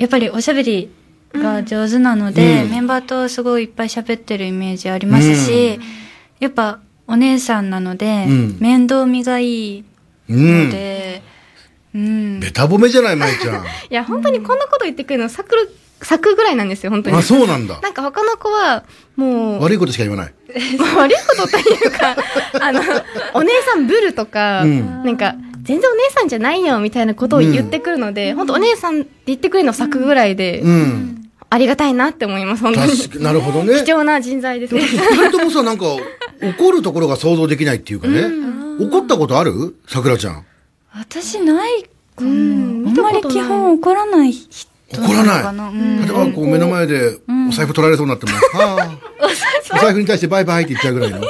[SPEAKER 6] やっぱりおしゃべりが上手なので、
[SPEAKER 1] うん
[SPEAKER 6] メンバーとすごいいっぱい喋ってるイメージありますし、やっぱお姉さんなので、
[SPEAKER 1] うん
[SPEAKER 6] 面倒見がいいうの
[SPEAKER 1] ん。
[SPEAKER 6] で、うん
[SPEAKER 1] ベタ褒めじゃない、まゆちゃ ん。
[SPEAKER 3] いや、本当にこんなこと言ってくるの、さくる、さくぐらいなんですよ、本当に
[SPEAKER 1] あ、。そうなんだ
[SPEAKER 3] な。んか他の子は、もう、
[SPEAKER 1] 悪いことしか言わない。
[SPEAKER 3] 悪いことというか、 あの、お姉さんブルとか、
[SPEAKER 1] うん
[SPEAKER 3] なんか、全然お姉さんじゃないよ、みたいなことを言ってくるので、本当お姉さんって言ってくれるのさくぐらいで、
[SPEAKER 1] うん。
[SPEAKER 3] ありがたいなって思います、本当に。
[SPEAKER 1] 確か、なるほどね。
[SPEAKER 3] 貴重な人材ですね。
[SPEAKER 1] 二人ともさ、なんか、怒るところが想像できないっていうかね。怒ったことあるさくらちゃん。
[SPEAKER 6] 私ないかも、
[SPEAKER 3] ん
[SPEAKER 6] あ
[SPEAKER 3] 見
[SPEAKER 6] ん
[SPEAKER 3] た
[SPEAKER 6] ま
[SPEAKER 3] ことない
[SPEAKER 6] り基本怒らない人
[SPEAKER 1] 怒ら
[SPEAKER 6] なの
[SPEAKER 1] な
[SPEAKER 6] か
[SPEAKER 1] い。
[SPEAKER 6] な、うん
[SPEAKER 1] 例えば、こう、目の前で、お財布取られそうに なっても、ああ、お財布に対してバイバイって言っちゃうぐらいの。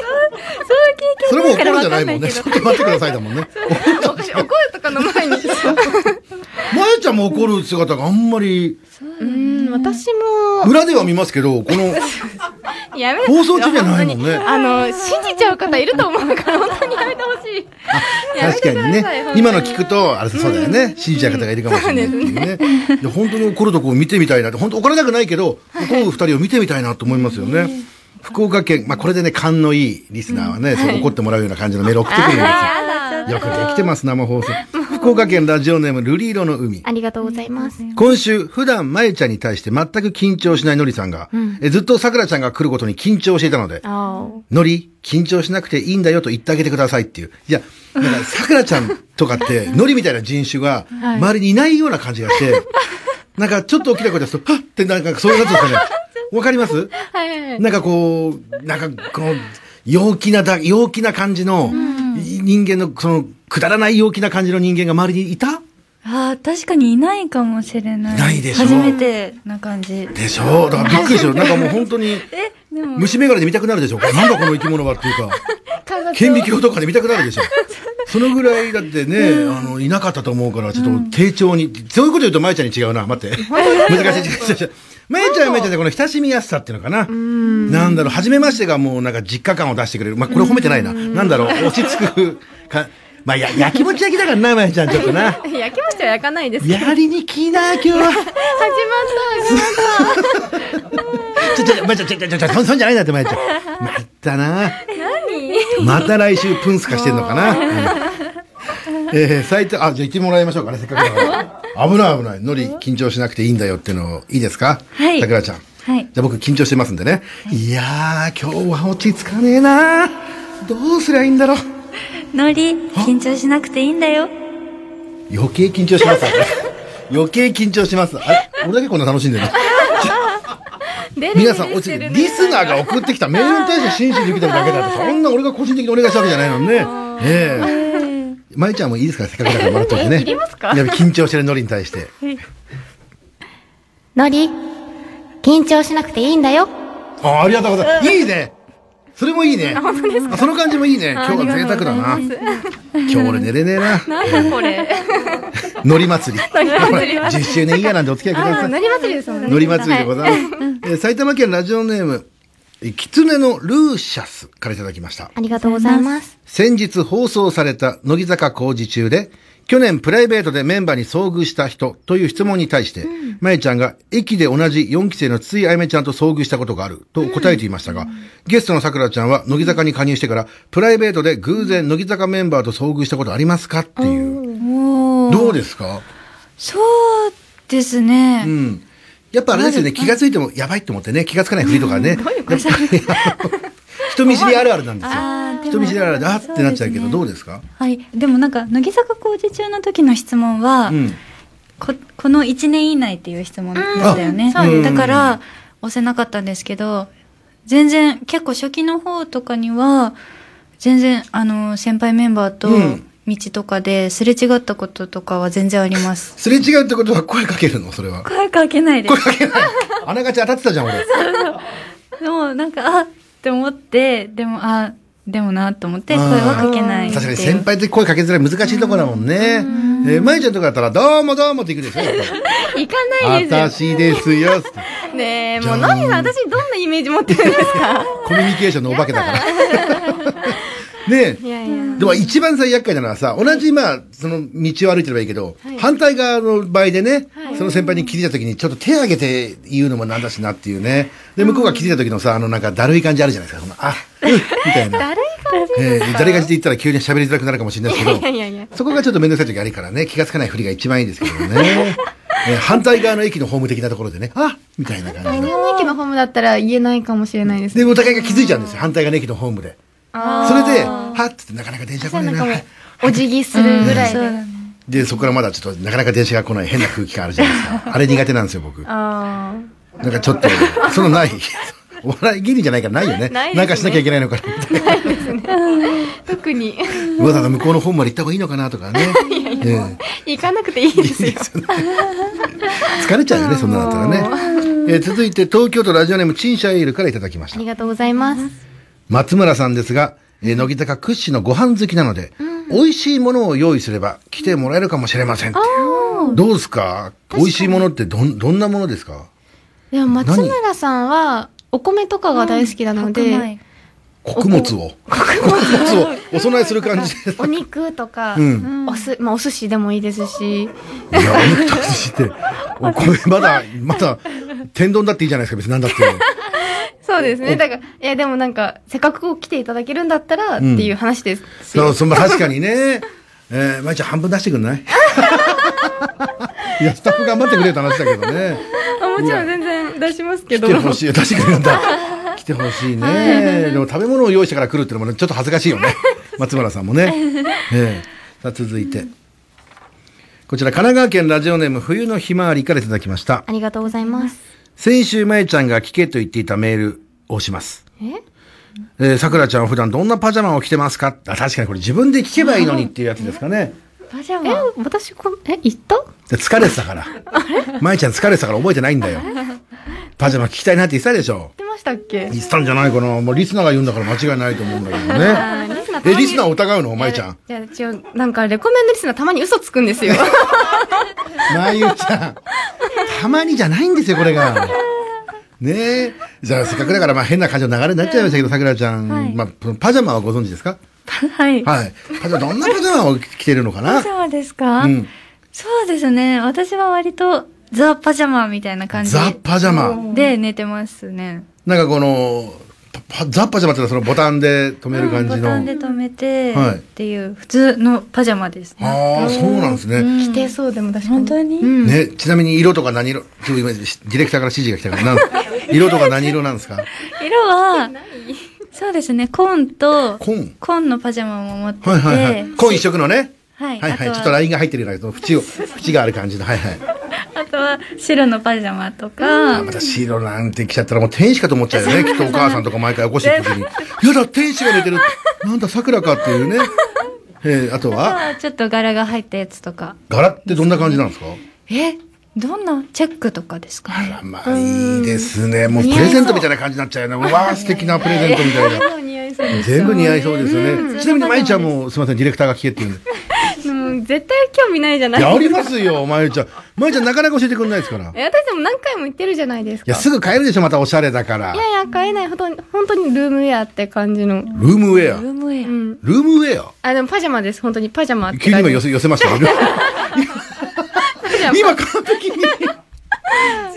[SPEAKER 1] それも怒るんじゃないもんね。ちょっと待ってくださいだもん ね。
[SPEAKER 3] 怒るとかの前に。
[SPEAKER 1] まゆちゃんも怒る姿があんまり、
[SPEAKER 3] うん、私も、
[SPEAKER 1] 裏では見ますけど、この、
[SPEAKER 3] やめ
[SPEAKER 1] 放送中じゃないもんね
[SPEAKER 3] 本当にあの、信じちゃう方いると思うから、本当にやめてほしい。やめ
[SPEAKER 1] 確か
[SPEAKER 3] てく
[SPEAKER 1] に
[SPEAKER 3] ださい
[SPEAKER 1] ね
[SPEAKER 3] 本当。
[SPEAKER 1] 今の聞くと、あれそうだよね。信じちゃう方がいるかもしれないっていうね。で本当に怒るとこを見てみたいなって、本当怒らなくないけど、怒る二人を見てみたいなと思いますよね。福岡県、まあこれでね、勘のいいリスナーはね、そう怒ってもらうような感じのメール送ってくるんですよ。よくできてます、生放送。福岡県ラジオネーム、ルリ色の海。
[SPEAKER 2] ありがとうございます。
[SPEAKER 1] 今週、普段、まゆちゃんに対して全く緊張しないのりさんが、えずっとさくらちゃんが来ることに緊張していたので、
[SPEAKER 2] あー
[SPEAKER 1] のり、緊張しなくていいんだよと言ってあげてくださいっていう。いや、なんか、さくらちゃんとかって、のりみたいな人種が、周りにいないような感じが して、なんか、ちょっと大きな声出すと、はっって、なんか、そういうやつですよね。わかりますなんかこう、なんか、この、陽気なだ、陽気な感じの、い人間の、その、くだらない陽気な感じの人間が周りにいた
[SPEAKER 6] ああ確かにいないかもしれない
[SPEAKER 1] いないでしょ
[SPEAKER 6] 初めてな感じ
[SPEAKER 1] でしょうだからびっくり でしょなんかもう本当に、虫眼鏡で見たくなるでしょなんだこの生き物はっていうか、 顕微鏡とかで見たくなるでしょそのぐらいだってね、あの、いなかったと思うから、ちょっと丁重に、そういうこと言うとまえちゃんに違うな。待 って。難しい、違う違う違う。まえちゃんはまえちゃんでこの親しみやすさっていうのかな。なんだろう、初めましてがもうなんか実家感を出してくれる。まあ、これ褒めてないな。なんだろう、落ち着く か、まあ、や、やきもち焼きだからな、まえちゃんちょっと な。
[SPEAKER 3] 焼きましては焼かないです。
[SPEAKER 1] やりにきな、今日は。
[SPEAKER 3] 始まった、始まった。
[SPEAKER 1] ちょ、ちょ、まあちょ、ちょ、ちょ、ちょ、ちょ、そんそんじゃないんだって、まゆちゃん。まったな。何また来週、プンスカしてんのか な。うんえー、最低、あ、じゃあ行ってもらいましょうかね、せっかくだから。危ない危ない。のり、緊張しなくていいんだよっていうのを、いいですか
[SPEAKER 6] はい
[SPEAKER 1] 桜ちゃん。
[SPEAKER 6] はい
[SPEAKER 1] じゃあ僕緊張してますんでね。いやー、今日は落ち着かねえなどうすりゃいいんだろう。
[SPEAKER 6] ノリ緊張しなくていいんだよ
[SPEAKER 1] 余計緊張し ますわね余計緊張します。あれ俺だけこんな楽しんでるの
[SPEAKER 3] デレデレ
[SPEAKER 1] 皆さん、おち
[SPEAKER 3] してる
[SPEAKER 1] リ
[SPEAKER 3] ね
[SPEAKER 1] スナーが送ってきたメールに対して真摯に受けてるだけだって、そんな俺が個人的にお願いしたわけじゃないのにね。ええ。まゆちゃんもいいですかせっかくだからもらっといてね。いりますか緊張してるノリに対して。
[SPEAKER 2] のり、緊張しなくていいんだよ。
[SPEAKER 1] あありがとうございます。いいね。それもいいね。あその感じもいいね。今日は贅沢だな。 今日俺寝れねえな。
[SPEAKER 3] なんだこれ。
[SPEAKER 1] ノリ祭り。10周年イヤーなんでお付き合いください。
[SPEAKER 3] のり祭りですもんね。
[SPEAKER 1] のり祭りでございます。えー埼玉県ラジオネーム、キツネのルーシャスからいただきました。
[SPEAKER 2] ありがとうございます。
[SPEAKER 1] 先日放送された乃木坂工事中で、去年プライベートでメンバーに遭遇した人という質問に対して、まゆちゃんが駅で同じ4期生のついあゆめちゃんと遭遇したことがあると答えていましたが、ゲストのさくらちゃんは乃木坂に加入してから、プライベートで偶然乃木坂メンバーと遭遇したことありますかっていう。
[SPEAKER 6] お
[SPEAKER 1] どうですか
[SPEAKER 6] そうですね、
[SPEAKER 1] うん。やっぱあれですよね、気がついてもやばいって思ってね、気がつかないふりとかね。やっぱりあの 人見知りあるあるなんですよ。
[SPEAKER 6] あーでも
[SPEAKER 1] 人見知りあるある、あーってなっちゃうけど、
[SPEAKER 6] そ
[SPEAKER 1] ど
[SPEAKER 6] う
[SPEAKER 1] う
[SPEAKER 6] ですね
[SPEAKER 1] ですか
[SPEAKER 6] はいでもなんか乃木坂工事中の時の質問は、
[SPEAKER 1] うん。
[SPEAKER 6] ここの1年以内っていう質問だったよね、
[SPEAKER 1] あうん
[SPEAKER 6] だから押せなかったんですけど全然結構初期の方とかには全然あの先輩メンバーと
[SPEAKER 1] うん
[SPEAKER 6] 道とかですれ違ったこととかは全然あります
[SPEAKER 1] すれ違うってことは声かけるのそれは。
[SPEAKER 6] 声かけないで
[SPEAKER 1] 声かけない。あながち当たってたじゃん、俺。
[SPEAKER 6] すでもなんかあって思ってでもあでもなと思って声はかけないっていう
[SPEAKER 1] 確かに先輩って声かけづらい難しいとこだもんね。えー、まゆちゃんとかだったら、どうもどうもって行くでしょやっ
[SPEAKER 3] 行か
[SPEAKER 1] ぱり私ですよ。って
[SPEAKER 3] ねえ
[SPEAKER 1] じゃ
[SPEAKER 3] も
[SPEAKER 1] あ
[SPEAKER 3] うのりさん私にどんなイメージ持ってるんですか
[SPEAKER 1] コミュニケーションのお化けだから。ね
[SPEAKER 3] いやいや
[SPEAKER 1] え。でも一番最厄介なのはさ、同じまあ、その道を歩いてればいいけど、反対側の場合でね、その先輩に気づいた時にちょっと手挙げて言うのもなんだしなっていうね。で、向こうが気づいた時のさ、あのなんかだるい感じあるじゃないですか。そのあ、うんみたいな。だるい感じえー、だるい感じで言ったら急に喋りづらくなるかもしれないですけど。
[SPEAKER 3] いやいやいや
[SPEAKER 1] そこがちょっと面倒くさい時あるからね、気がつかないふりが一番いいですけど ね。えー反対側の駅のホーム的なところでね、あみたいな感じで。
[SPEAKER 3] の駅のホームだったら言えないかもしれないですね
[SPEAKER 1] で、お互いが気づいちゃうんですよ、反対側の駅のホームで。それで、はっつってなかなか電車来ないな。はい
[SPEAKER 3] お辞儀するぐらいで、
[SPEAKER 1] で、そこからまだちょっとなかなか電車が来ない変な空気感あるじゃない ですか。あれ苦手なんですよ、僕。な
[SPEAKER 3] ああ
[SPEAKER 1] んかちょ っと、そのない、お笑い芸人じゃないから ないよね。
[SPEAKER 3] ないですね
[SPEAKER 1] んかしなきゃいけない のかな、みたいな。
[SPEAKER 3] 特に
[SPEAKER 1] わざわざ向こうのホームまで行った方が いいのかな、とかね。ええ
[SPEAKER 3] 行かなくていいですよ
[SPEAKER 1] 疲れちゃうよね、そんなのだったらね。えー続いて、東京都ラジオネーム、チンシャエールからいただきました
[SPEAKER 3] あ。りがとうございます
[SPEAKER 1] 松村さんですが、えー乃木坂屈指のご飯好きなので、美味しいものを用意すれば来てもらえるかもしれませんっていうどうですか美味しいものってどん、どんなものですか
[SPEAKER 3] でも松村さんはお米とかが大好きなので、
[SPEAKER 1] 穀物 を。穀物をお供えする感じ で。
[SPEAKER 3] お肉とか、
[SPEAKER 1] うん
[SPEAKER 3] おすまあ、お寿司でもいいですし
[SPEAKER 1] いや、お肉としてお米、まだ、まだ、天丼だっていいじゃないですか、別に何だ って。
[SPEAKER 3] そうですねだからいやでもなんかせっかくこう来ていただけるんだったらって
[SPEAKER 1] ん
[SPEAKER 3] いう話ですよ、
[SPEAKER 1] そう、そんな確かにね。えー、まいちゃん半分出してくんない いや、スタッフ頑張ってくれって話だけどね。
[SPEAKER 3] あもちろん全然出しますけど
[SPEAKER 1] 来てほしい。確かにだ。来てほしいね。でも食べ物を用意してから来るってのもねちょっと恥ずかしい よね。松村さんもね。ええさあ続いて。こちら神奈川県ラジオネーム冬のひまわりからいただきました。
[SPEAKER 8] ありがとうございます。
[SPEAKER 1] 先週まゆちゃんが聞けと言っていたメールをします。えーさくらちゃんは普段どんなパジャマを着てますかあ、確かにこれ自分で聞けばいいのにっていうやつですかね。
[SPEAKER 3] え私こえ行った
[SPEAKER 1] で疲れてたから。まゆちゃん疲れてたから覚えてないんだよ。パジャマ聞きたいなって言ってたでしょ。
[SPEAKER 3] 出ましたっけ
[SPEAKER 1] 言ってたんじゃないかな。もうリスナーが言うんだから間違いないと思うんだけどね。
[SPEAKER 3] リスナーた
[SPEAKER 1] え、
[SPEAKER 3] まに
[SPEAKER 1] リスナーを疑うのお前ちゃん。
[SPEAKER 3] いや一応なんかレコメンドリスナーたまに嘘つくんですよ
[SPEAKER 1] まゆちゃん。たまにじゃないんですよ、これが。ねえ。じゃあ、せっかくだから、まあ、変な感じの流れになっちゃいましたけど、さくらちゃん。まあ、そのパジャマはご存知ですか
[SPEAKER 6] はい
[SPEAKER 1] はい。パジャマ、どんなパジャマを着てるのかな
[SPEAKER 6] パジャマですか、
[SPEAKER 1] うん
[SPEAKER 6] そうですね。私は割とザ・パジャマみたいな感じ
[SPEAKER 1] ザ・パジャマ。
[SPEAKER 6] で寝てますね。
[SPEAKER 1] なんかこの、パパザ・パジャマってのはそのボタンで止める感じ
[SPEAKER 6] ボ
[SPEAKER 1] の。
[SPEAKER 6] タンで止めて、
[SPEAKER 1] はい
[SPEAKER 6] っていう普通のパジャマですね。
[SPEAKER 1] ああ、そうなんですね。
[SPEAKER 3] 来てそうでも確かに
[SPEAKER 6] 本当に、
[SPEAKER 1] ね、ちなみに色とか何色、ちょっと今、ディレクターから指示が来たから、なん色とか何色なんですか
[SPEAKER 6] 色は、そうですね、紺と、
[SPEAKER 1] 紺
[SPEAKER 6] 紺のパジャマも持ってて、
[SPEAKER 1] はいはいはい。紺一色のね。
[SPEAKER 6] はい
[SPEAKER 1] はいはい。
[SPEAKER 6] あとは
[SPEAKER 1] ちょっとラインが入ってるような、その縁を、縁がある感じの。はいはい。
[SPEAKER 6] あとは白のパジャマとか、
[SPEAKER 1] また白なんて来ちゃったらもう天使かと思っちゃうよ ね。きっとお母さんとか毎回起こしてる時 に。やだ、天使が出てる。なんだ、桜かっていうね。えー、あとは、
[SPEAKER 6] あとはちょっと柄が入ったやつとか。
[SPEAKER 1] 柄ってどんな感じなんですか
[SPEAKER 6] え、どんなチェックとかですかね。
[SPEAKER 1] あらまあ、いいですね。もうプレゼントみたいな感じになっちゃうよね。うわあ、素敵なプレゼントみたいな。全部似合いそうですよね。ちなみに、まゆちゃんも、すみません、ディレクターが聞けって言うん で。
[SPEAKER 3] うん絶対興味ないじゃない
[SPEAKER 1] い
[SPEAKER 3] です
[SPEAKER 1] や、
[SPEAKER 3] か
[SPEAKER 1] ありますよ、まゆちゃん。まゆちゃん、なかなか教えてくれないですから。い
[SPEAKER 3] え私でも何回も言ってるじゃないですか
[SPEAKER 1] や、すぐ買えるでしょ、またおしゃれだから
[SPEAKER 3] い。やいや買えない本当に本当にルームウェアって感じの
[SPEAKER 1] ルームウェア。
[SPEAKER 6] ルームウェア。
[SPEAKER 3] うん
[SPEAKER 1] ルームウェア
[SPEAKER 3] あでもパジャマです本当にパジャマって
[SPEAKER 1] 急に
[SPEAKER 3] 感
[SPEAKER 1] 今
[SPEAKER 3] じ
[SPEAKER 1] 寄せ寄せましたね。今完璧に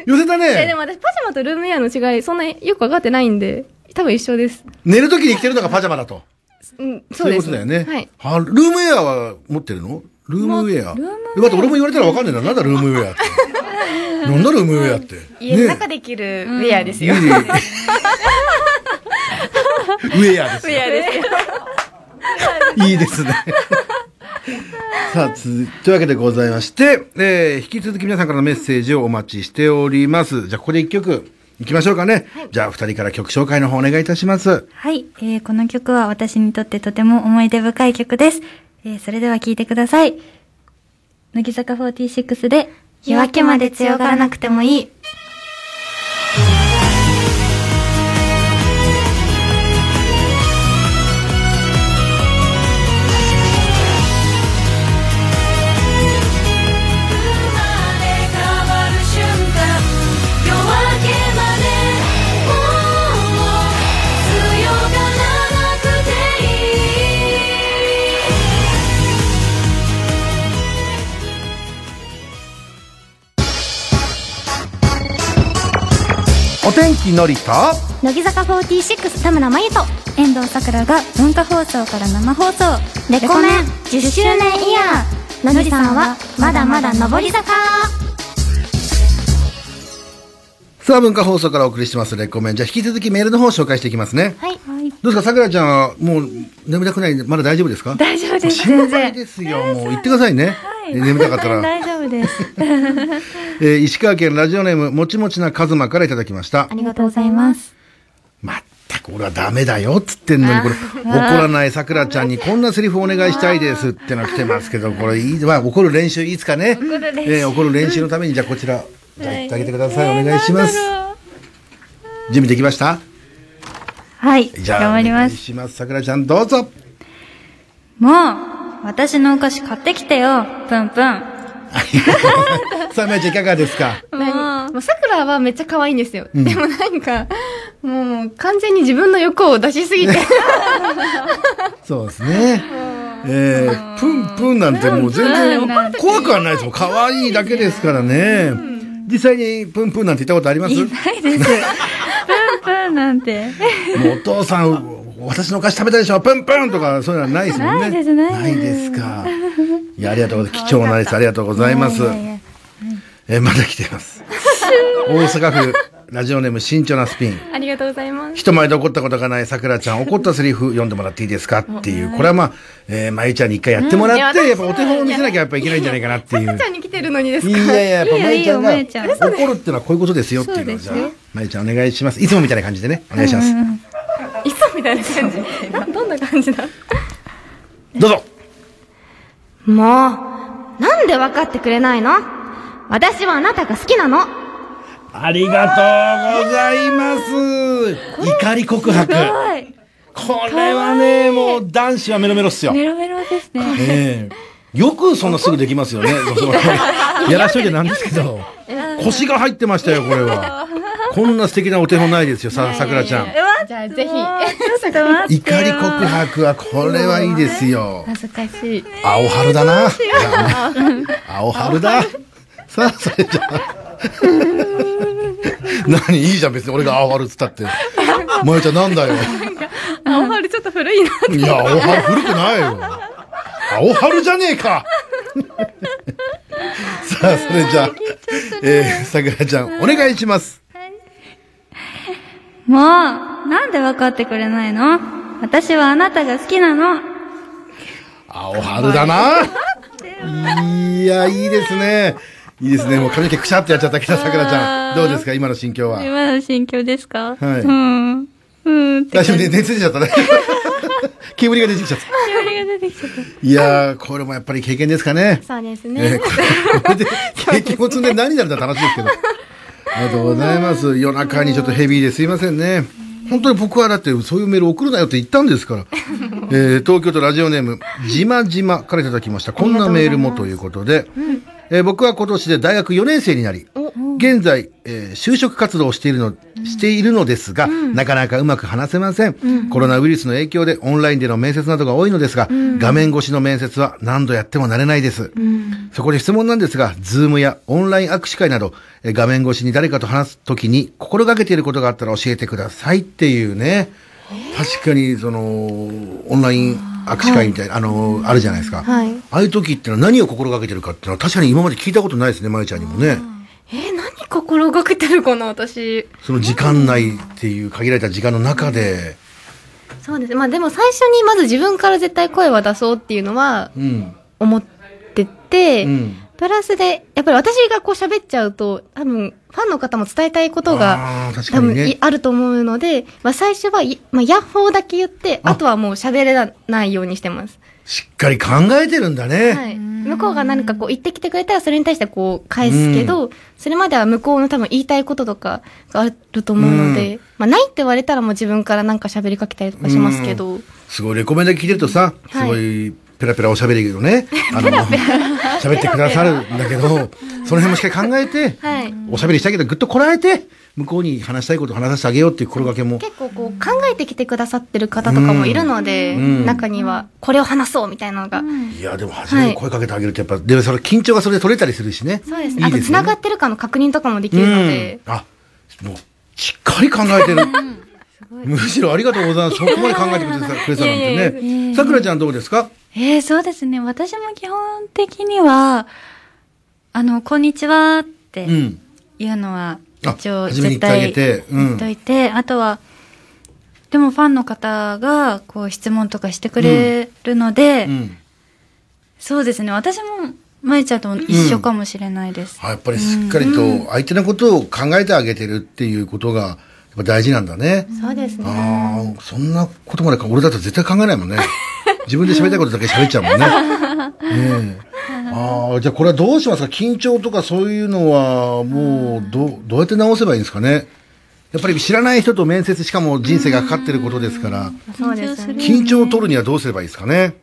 [SPEAKER 1] 寄せた
[SPEAKER 3] いやで
[SPEAKER 1] ね。
[SPEAKER 3] も私パジャマとルームウェアの違いそんなよく分かってないんで多分一緒です
[SPEAKER 1] 寝るときに着てるのがパジャマだと。
[SPEAKER 3] うんそ
[SPEAKER 1] そ
[SPEAKER 3] うです
[SPEAKER 1] ういうことだよね。
[SPEAKER 3] はい
[SPEAKER 1] あルームウェアは持ってるのルームウェア。待って、俺も言われたらわかんないな。なんだルームウェア って。なんだルームウェアって。
[SPEAKER 3] 家の中で着るウェアで すよ、
[SPEAKER 1] 家でウェアですよ。
[SPEAKER 3] ウェアですよ
[SPEAKER 1] いいですね。さあ、続いというわけでございまして、えー、引き続き皆さんからのメッセージをお待ちしております。じゃあ、ここで一曲行きましょうかね。じゃあ、二人から曲紹介の方お願いいたします。
[SPEAKER 6] はい、えーこの曲は私にとってとても思い出深い曲です。えーそれでは聴いてください。乃木坂46で、夜明けまで強がらなくてもいい。
[SPEAKER 1] お天気のりと、
[SPEAKER 2] 乃木坂46田村真由と
[SPEAKER 6] 遠藤さくらが文化放送から生放送。
[SPEAKER 2] レコメン10周年イヤーのりさんはまだまだ上り坂
[SPEAKER 1] さあ、文化放送からお送りしてます。レコメン。じゃあ、引き続きメールの方を紹介していきますね。
[SPEAKER 2] はい
[SPEAKER 1] どうですか、桜ちゃんは、もう、眠たくない、まだ大丈夫ですか大丈夫です。心配ですよ。もう、言ってくださいね。眠たかったら。 大丈夫です。えー石川県ラジオネーム、もちもちなカズマからいただきました
[SPEAKER 2] あ。りがとうございます
[SPEAKER 1] まったく俺はダメだよっつってんのに、これ、怒らない桜ちゃん にこんなセリフお願いしたいですっての来てますけど、これ、いい、まあ、怒る練習いつかね。怒る練習。えー怒る練習のために、じゃあこちら、じゃあ言ってあげてください。お願いします。準備できました
[SPEAKER 6] はい、
[SPEAKER 1] じゃあ、
[SPEAKER 6] 頑張り
[SPEAKER 1] お
[SPEAKER 6] ま
[SPEAKER 1] 願い
[SPEAKER 6] す。
[SPEAKER 1] します。桜ちゃん、どうぞ。
[SPEAKER 6] もう、私のお菓子買ってきてよ、ぷんぷん。
[SPEAKER 1] さあ、まやちゃんいかがですか
[SPEAKER 9] もう桜はめっちゃ可愛いんですよ。でもなんか、もう完全に自分の欲を出しすぎて。
[SPEAKER 1] そうですね。えー、プンプンなんてもう全然怖くはないですもん。可愛いだけですからね。実際にプンプンなんて言ったことあります
[SPEAKER 6] ないです。ぷんぷんなんて。
[SPEAKER 1] もうお父さん、私のお菓子食べたでしょプンプンとかそういうのはないですもんね。
[SPEAKER 6] ないですないです
[SPEAKER 1] ですか。いや、ありがとうございます。貴重なです。ありがとうございます。えーまだ来て ます。大阪府、ラジオネーム、慎重なスピン。
[SPEAKER 9] ありがとうございます。
[SPEAKER 1] 人前で怒ったことがない桜ちゃん、怒ったセリフ読んでもらっていいですかっていう、これはまあ、えー、まゆちゃんに一回やってもらって、
[SPEAKER 9] うんいや
[SPEAKER 1] やっぱお手本を見せなきゃやっぱいけないんじゃないかなって いう。
[SPEAKER 9] ちゃんに来てるのにです
[SPEAKER 1] い
[SPEAKER 9] か
[SPEAKER 1] やいや、やっぱまゆちゃんが
[SPEAKER 6] いいよいいよまゆちゃん
[SPEAKER 1] 怒るってのはこういうことですよっていうのを、じゃあ、まゆちゃんお願いします。いつもみたいな感じでね、お願いします。
[SPEAKER 9] いつもみたいな感じ。などんな感じだ
[SPEAKER 1] どうぞ
[SPEAKER 2] もうなんで分かってくれないの私はあなたが好きなの
[SPEAKER 1] ありがとうございます怒り告白これはね、もう男子はメロメロっすよ。
[SPEAKER 6] メロメロですね。
[SPEAKER 1] ええよくそんなすぐできます よね。やらしといてなんですけど。腰が入ってましたよ、これは。こんな素敵なお手本ないですよ、さ、さくらちゃん。
[SPEAKER 9] じゃあぜひ。
[SPEAKER 1] 怒り告白は、これはいいですよ。
[SPEAKER 9] 恥ずかしい。
[SPEAKER 1] 青春だな。青春 だ。さあ、それじゃあ。 何いいじゃん、別に俺が青春っつったって。まゆちゃんなんだよ。
[SPEAKER 9] 青春ちょっと古いな。
[SPEAKER 1] いや、青春古くないよ。青春じゃねえ かさあ、それじゃあ、えー、さくらちゃん、お願いします。
[SPEAKER 6] もう、なんで分かってくれないの私はあなたが好きなの。
[SPEAKER 1] 青春だないや、いいですね。いいですね。もう髪の毛くしゃってやっちゃったけど、さくらちゃん。どうですか今の心境は。
[SPEAKER 6] 今の心境ですか
[SPEAKER 1] はい
[SPEAKER 6] うん。うんって
[SPEAKER 1] 大丈夫ね。熱出ちゃったね。 煙が出てきちゃった。
[SPEAKER 6] 煙が出てきちゃっ
[SPEAKER 1] いやー、これもやっぱり経験ですかね。
[SPEAKER 9] そうです
[SPEAKER 1] えー
[SPEAKER 9] ね。
[SPEAKER 1] これこれで経験を積んで何になるんだって話ですけど。ありがとうございます。夜中にちょっとヘビーですいませんね。本当に僕はだってそういうメール送るなよって言ったんですから。えー東京都ラジオネーム、じまじまからいただきました。こんなメールもということで。えー僕は今年で大学4年生になり、現在、えー就職活動をしているの、しているのですが、なかなかうまく話せません,、コロナウイルスの影響でオンラインでの面接などが多いのですが、画面越しの面接は何度やっても慣れないです。そこで質問なんですが、ズームやオンライン握手会など、えー画面越しに誰かと話すときに心がけていることがあったら教えてくださいっていうね。確かに、その、オンライン握手会みたいな、あの、あるじゃないですか。
[SPEAKER 2] はい
[SPEAKER 1] ああいう時ってのは何を心がけてるかっていうのは確かに今まで聞いたことないですね、まゆちゃんにもね。
[SPEAKER 9] えー、何心がけてるかな、私。
[SPEAKER 1] その時間内っていう限られた時間の中で。
[SPEAKER 9] そうですね。まあでも最初にまず自分から絶対声は出そうっていうのは
[SPEAKER 1] うん。
[SPEAKER 9] 思っ
[SPEAKER 3] て、
[SPEAKER 1] うん
[SPEAKER 3] プラスで、やっぱり私がこう喋っちゃうと、多分、ファンの方も伝えたいことが、
[SPEAKER 1] あー確か
[SPEAKER 3] 多
[SPEAKER 1] に
[SPEAKER 3] 分、
[SPEAKER 1] ね
[SPEAKER 3] いあると思うので、まあ最初は、いまあ、ヤッホーだけ言って、あとはもう喋れないようにしてます。
[SPEAKER 1] しっかり考えてるんだね、
[SPEAKER 3] はい。向こうが何かこう言ってきてくれたら、それに対してこう返すけど、それまでは向こうの多分言いたいこととかがあると思うので、まあないって言われたらもう自分からなんか喋りかけたりとかしますけど、
[SPEAKER 1] すごいレコメンで聞いてるとさ、すごいペラペラおしゃべりけどね あの喋ってくださるんだけどその辺もしっかり考えて、
[SPEAKER 3] はい。
[SPEAKER 1] おしゃべりしたいけどぐっとこらえて向こうに話したいことを話させてあげようっていう心がけも
[SPEAKER 3] 結構こう考えてきてくださってる方とかもいるので、
[SPEAKER 1] うん
[SPEAKER 3] 中にはこれを話そうみたいなのが、
[SPEAKER 1] いやでも初めて声かけてあげるとやっぱ、でその緊張がそれで取れたりするしね
[SPEAKER 3] そうです
[SPEAKER 1] いい
[SPEAKER 3] ね。あと繋が
[SPEAKER 1] っ
[SPEAKER 3] ってるかの確認とかもでき
[SPEAKER 1] て
[SPEAKER 3] るので、
[SPEAKER 1] あもうしっかり考えてるむしろありがとうございますそこまで考えてくれたくれたなんてねさくらちゃんどうですか
[SPEAKER 6] えー、そうですね。私も基本的には、あの、こんにちはっ
[SPEAKER 1] う
[SPEAKER 6] て
[SPEAKER 1] ん
[SPEAKER 6] いうのは、
[SPEAKER 1] あ
[SPEAKER 6] 一応
[SPEAKER 1] 初めに
[SPEAKER 6] 絶
[SPEAKER 1] 言ってあげ
[SPEAKER 6] 対
[SPEAKER 1] てうん
[SPEAKER 6] 言っといて、あとは、でもファンの方が、こう、質問とかしてくれるので、
[SPEAKER 1] うん
[SPEAKER 6] そうですね。私も、まゆちゃんと一緒かもしれないです。
[SPEAKER 1] あやっぱりしっかりと相手のことを考えてあげてるっていうことがやっぱ大事なんだね。
[SPEAKER 3] そうですね。
[SPEAKER 1] ああ、そんなことまでか俺だと絶対考えないも んね。自分で喋りたいことだけ喋っちゃうもんね。ねえああ、じゃあこれはどうしますか緊張とかそういうのはもうどうどうやって直せばいいんですかねやっぱり知らない人と面接しかも人生がかかってることですから、
[SPEAKER 3] そうですね。
[SPEAKER 1] 緊張を取るにはどうすればいいですかね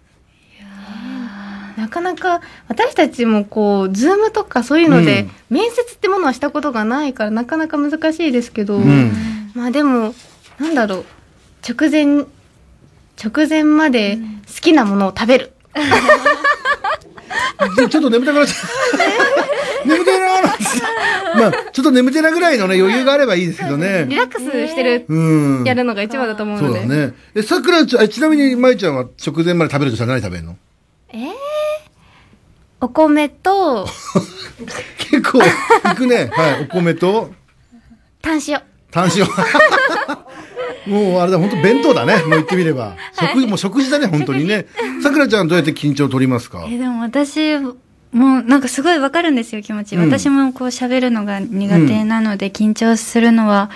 [SPEAKER 3] なかなか私たちもこう、ズームとかそういうので、
[SPEAKER 1] うん
[SPEAKER 3] 面接ってものはしたことがないから、なかなか難しいですけど、
[SPEAKER 1] うん。
[SPEAKER 3] まあでも、なんだろう、直前、直前まで好きなものを食べる。
[SPEAKER 1] でもちょっと眠たくなっちゃう。眠てえなーなんつってまあ、ちょっと眠てえなぐらいのね、余裕があればいいですけど
[SPEAKER 3] リ
[SPEAKER 1] ね。
[SPEAKER 3] ラックスしてる、
[SPEAKER 1] うん。
[SPEAKER 3] やるのが一番だと思う
[SPEAKER 1] そ
[SPEAKER 3] の
[SPEAKER 1] う
[SPEAKER 3] で。
[SPEAKER 1] だね。え、さくらちゃん、えちなみに、まゆちゃんは食前まで食べるとしたら何食べるの
[SPEAKER 3] お米と、
[SPEAKER 1] 結構、いくね。はい。お米と、
[SPEAKER 3] 炭塩。
[SPEAKER 1] 炭塩。もう、あれだ、本当弁当だね。もう言ってみれば。食、もう食事だね、本当にね。さくらちゃん、どうやって緊張を取りますか
[SPEAKER 6] えーでも私、もうなんかすごいわかるんですよ、気持ち。
[SPEAKER 1] うん
[SPEAKER 6] 私もこう喋るのが苦手なので、緊張するのは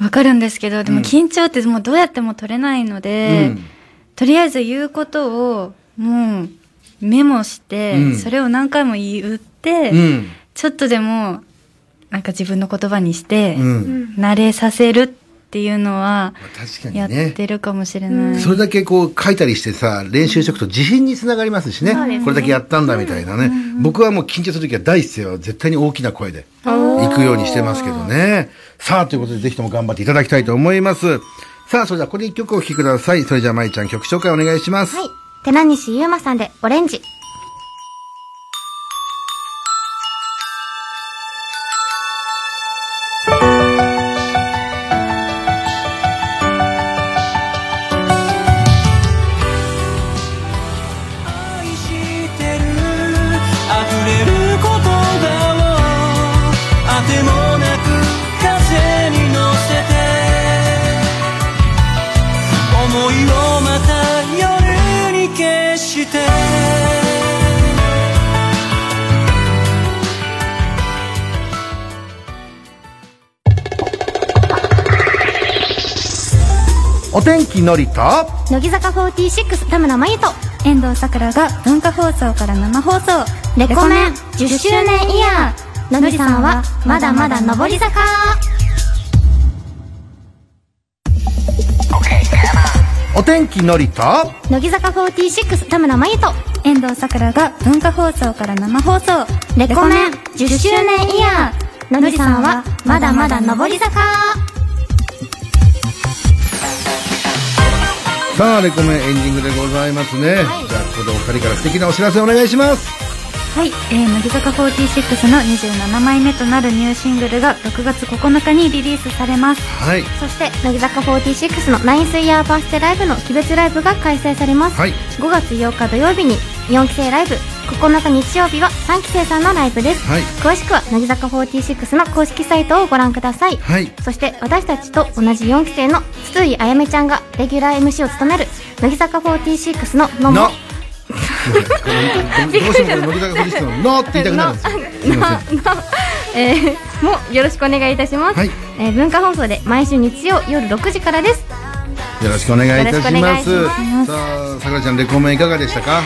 [SPEAKER 6] わかるんですけど、でも緊張ってもうどうやっても取れないので、
[SPEAKER 1] うん
[SPEAKER 6] とりあえず言うことをもうメモして、
[SPEAKER 1] うん
[SPEAKER 6] それを何回も言って、
[SPEAKER 1] うん。
[SPEAKER 6] ちょっとでもなんか自分の言葉にして、
[SPEAKER 1] うん。
[SPEAKER 6] 慣れさせるっていうの
[SPEAKER 1] ま
[SPEAKER 6] は
[SPEAKER 1] あ確か
[SPEAKER 6] や
[SPEAKER 1] に
[SPEAKER 6] っ
[SPEAKER 1] ね。
[SPEAKER 6] てるかもしれない。
[SPEAKER 1] それだけこう書いたりしてさ、練習しておくと自信につながりますしね。これだけやったんだみたいなね。僕はもう緊張するときは第一声は絶対に大きな声で行くようにしてますけどね。さあ、ということでぜひとも頑張っていただきたいと思います。さあ、それではこれ一曲お聴きください。それじゃあ、まいちゃん曲紹介お願いします。
[SPEAKER 2] はい。寺西ゆうまさんで、オレンジ。
[SPEAKER 10] 愛してる溢れる言葉をあてもなく風に乗せて思いをまた夜に消して
[SPEAKER 1] お天気のりと、
[SPEAKER 2] 乃木坂46田村真由と
[SPEAKER 6] 遠藤さくらが文化放送から生放送
[SPEAKER 2] レコメン10周年イヤー乃木さんはまだまだ上り坂
[SPEAKER 1] お天気のりと、
[SPEAKER 2] 乃木坂46田村真由と
[SPEAKER 6] 遠藤さくらが文化放送から生放送
[SPEAKER 2] レコメン10周年イヤー乃木さんはまだまだ上り坂
[SPEAKER 1] さあ、レコメンエンディングでございますね。じゃあ、ここでお二人から素敵なお知らせお願いします。
[SPEAKER 6] はい、えー、乃木坂46の27枚目となるニューシングルが6月9日にリリースされます
[SPEAKER 1] はい。
[SPEAKER 2] そして乃木坂46のナインスイヤーバースデーライブの鬼別ライブが開催されます、
[SPEAKER 1] はい。
[SPEAKER 2] 5月8日土曜日に4期生ライブ9日日曜日は3期生さんのライブです、
[SPEAKER 1] はい
[SPEAKER 2] 詳しくは乃木坂46の公式サイトをご覧ください
[SPEAKER 1] はい。
[SPEAKER 2] そして私たちと同じ4期生の筒井あやめちゃんがレギュラー MC を務める乃木坂46のの
[SPEAKER 1] の
[SPEAKER 2] も、
[SPEAKER 1] どうしても乃木坂フリストの「の」って言いたくなるんですよすいません
[SPEAKER 2] えー、もよろしくお願いいたします、
[SPEAKER 1] はい
[SPEAKER 2] えー文化放送で毎週日曜夜6時からです
[SPEAKER 1] よろしくお願いいたし
[SPEAKER 2] よ
[SPEAKER 1] ま
[SPEAKER 2] ろしくお
[SPEAKER 1] す
[SPEAKER 2] 願
[SPEAKER 1] さあさくらちゃんレコメンいかがでしたか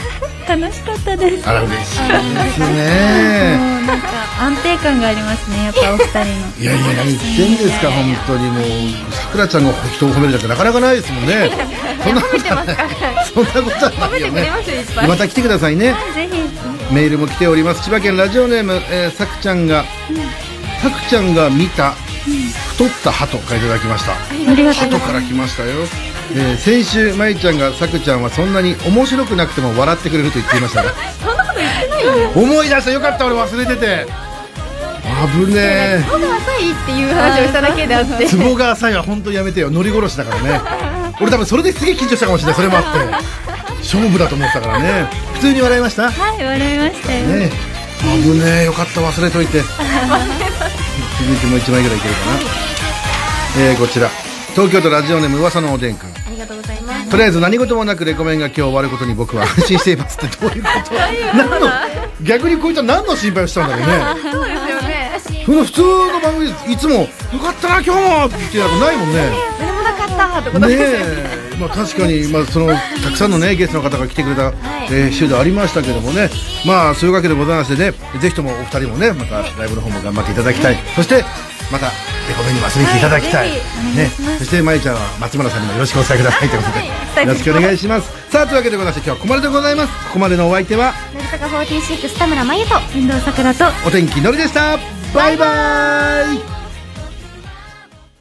[SPEAKER 4] 楽しかったです
[SPEAKER 1] あら嬉しいですね
[SPEAKER 4] もうなんか安定感がありますねやっぱお二人の
[SPEAKER 1] いやいや何言ってんですか本当にもうさくらちゃんが人を褒めるなんてなかなかないですもんねそんなことはないそんなことはないよねまた来てくださいね
[SPEAKER 4] ぜひ
[SPEAKER 1] メールも来ております千葉県ラジオネーム、えー、さくちゃんが、さくちゃんが見た、太った鳩からいただきました鳩から来ましたよ、えー先週まゆちゃんがさくちゃんはそんなに面白くなくても笑ってくれると言っていましたがそんなこと言ってないよ思い出したよかった俺忘れてて危ねえツボが浅いは本当にやめてよ乗り殺しだからね俺多分それですげえ緊張したかもしれないそれもあって勝負だと思ってたからね普通に笑いました
[SPEAKER 4] はい笑いましたよ
[SPEAKER 1] ねえ危ねえよかった忘れといて 続いてもう一枚ぐらいいけるかな、えーこちら東京都ラジオネーム噂のおでんくんありがとうございますとりあえず何事もなくレコメンが今日終わることに僕は安心していますってどういうこと何の逆にこいつは何の心配をしたんだろうねそうですよね普通の番組でいつも「よかったな今日も」って言ってたことないもんねねえ、まあ、確かに、まあ、そのたくさんの、ね、ゲストの方が来てくれた、えー週でありましたけどもね、まあ、そういうわけでございましてねぜひともお二人もねまたライブの方も頑張っていただきたい、そしてまたレコメンにも遊びに来ていただきたい、ね、そしてまゆちゃんは松村さんにもよろしくお伝えくださいということで、よろしくお願いしますさあというわけでございまして今日はここまででございますここまでのお相手は
[SPEAKER 2] 乃木坂46田村真由と
[SPEAKER 1] お天気のりでしたバイバイ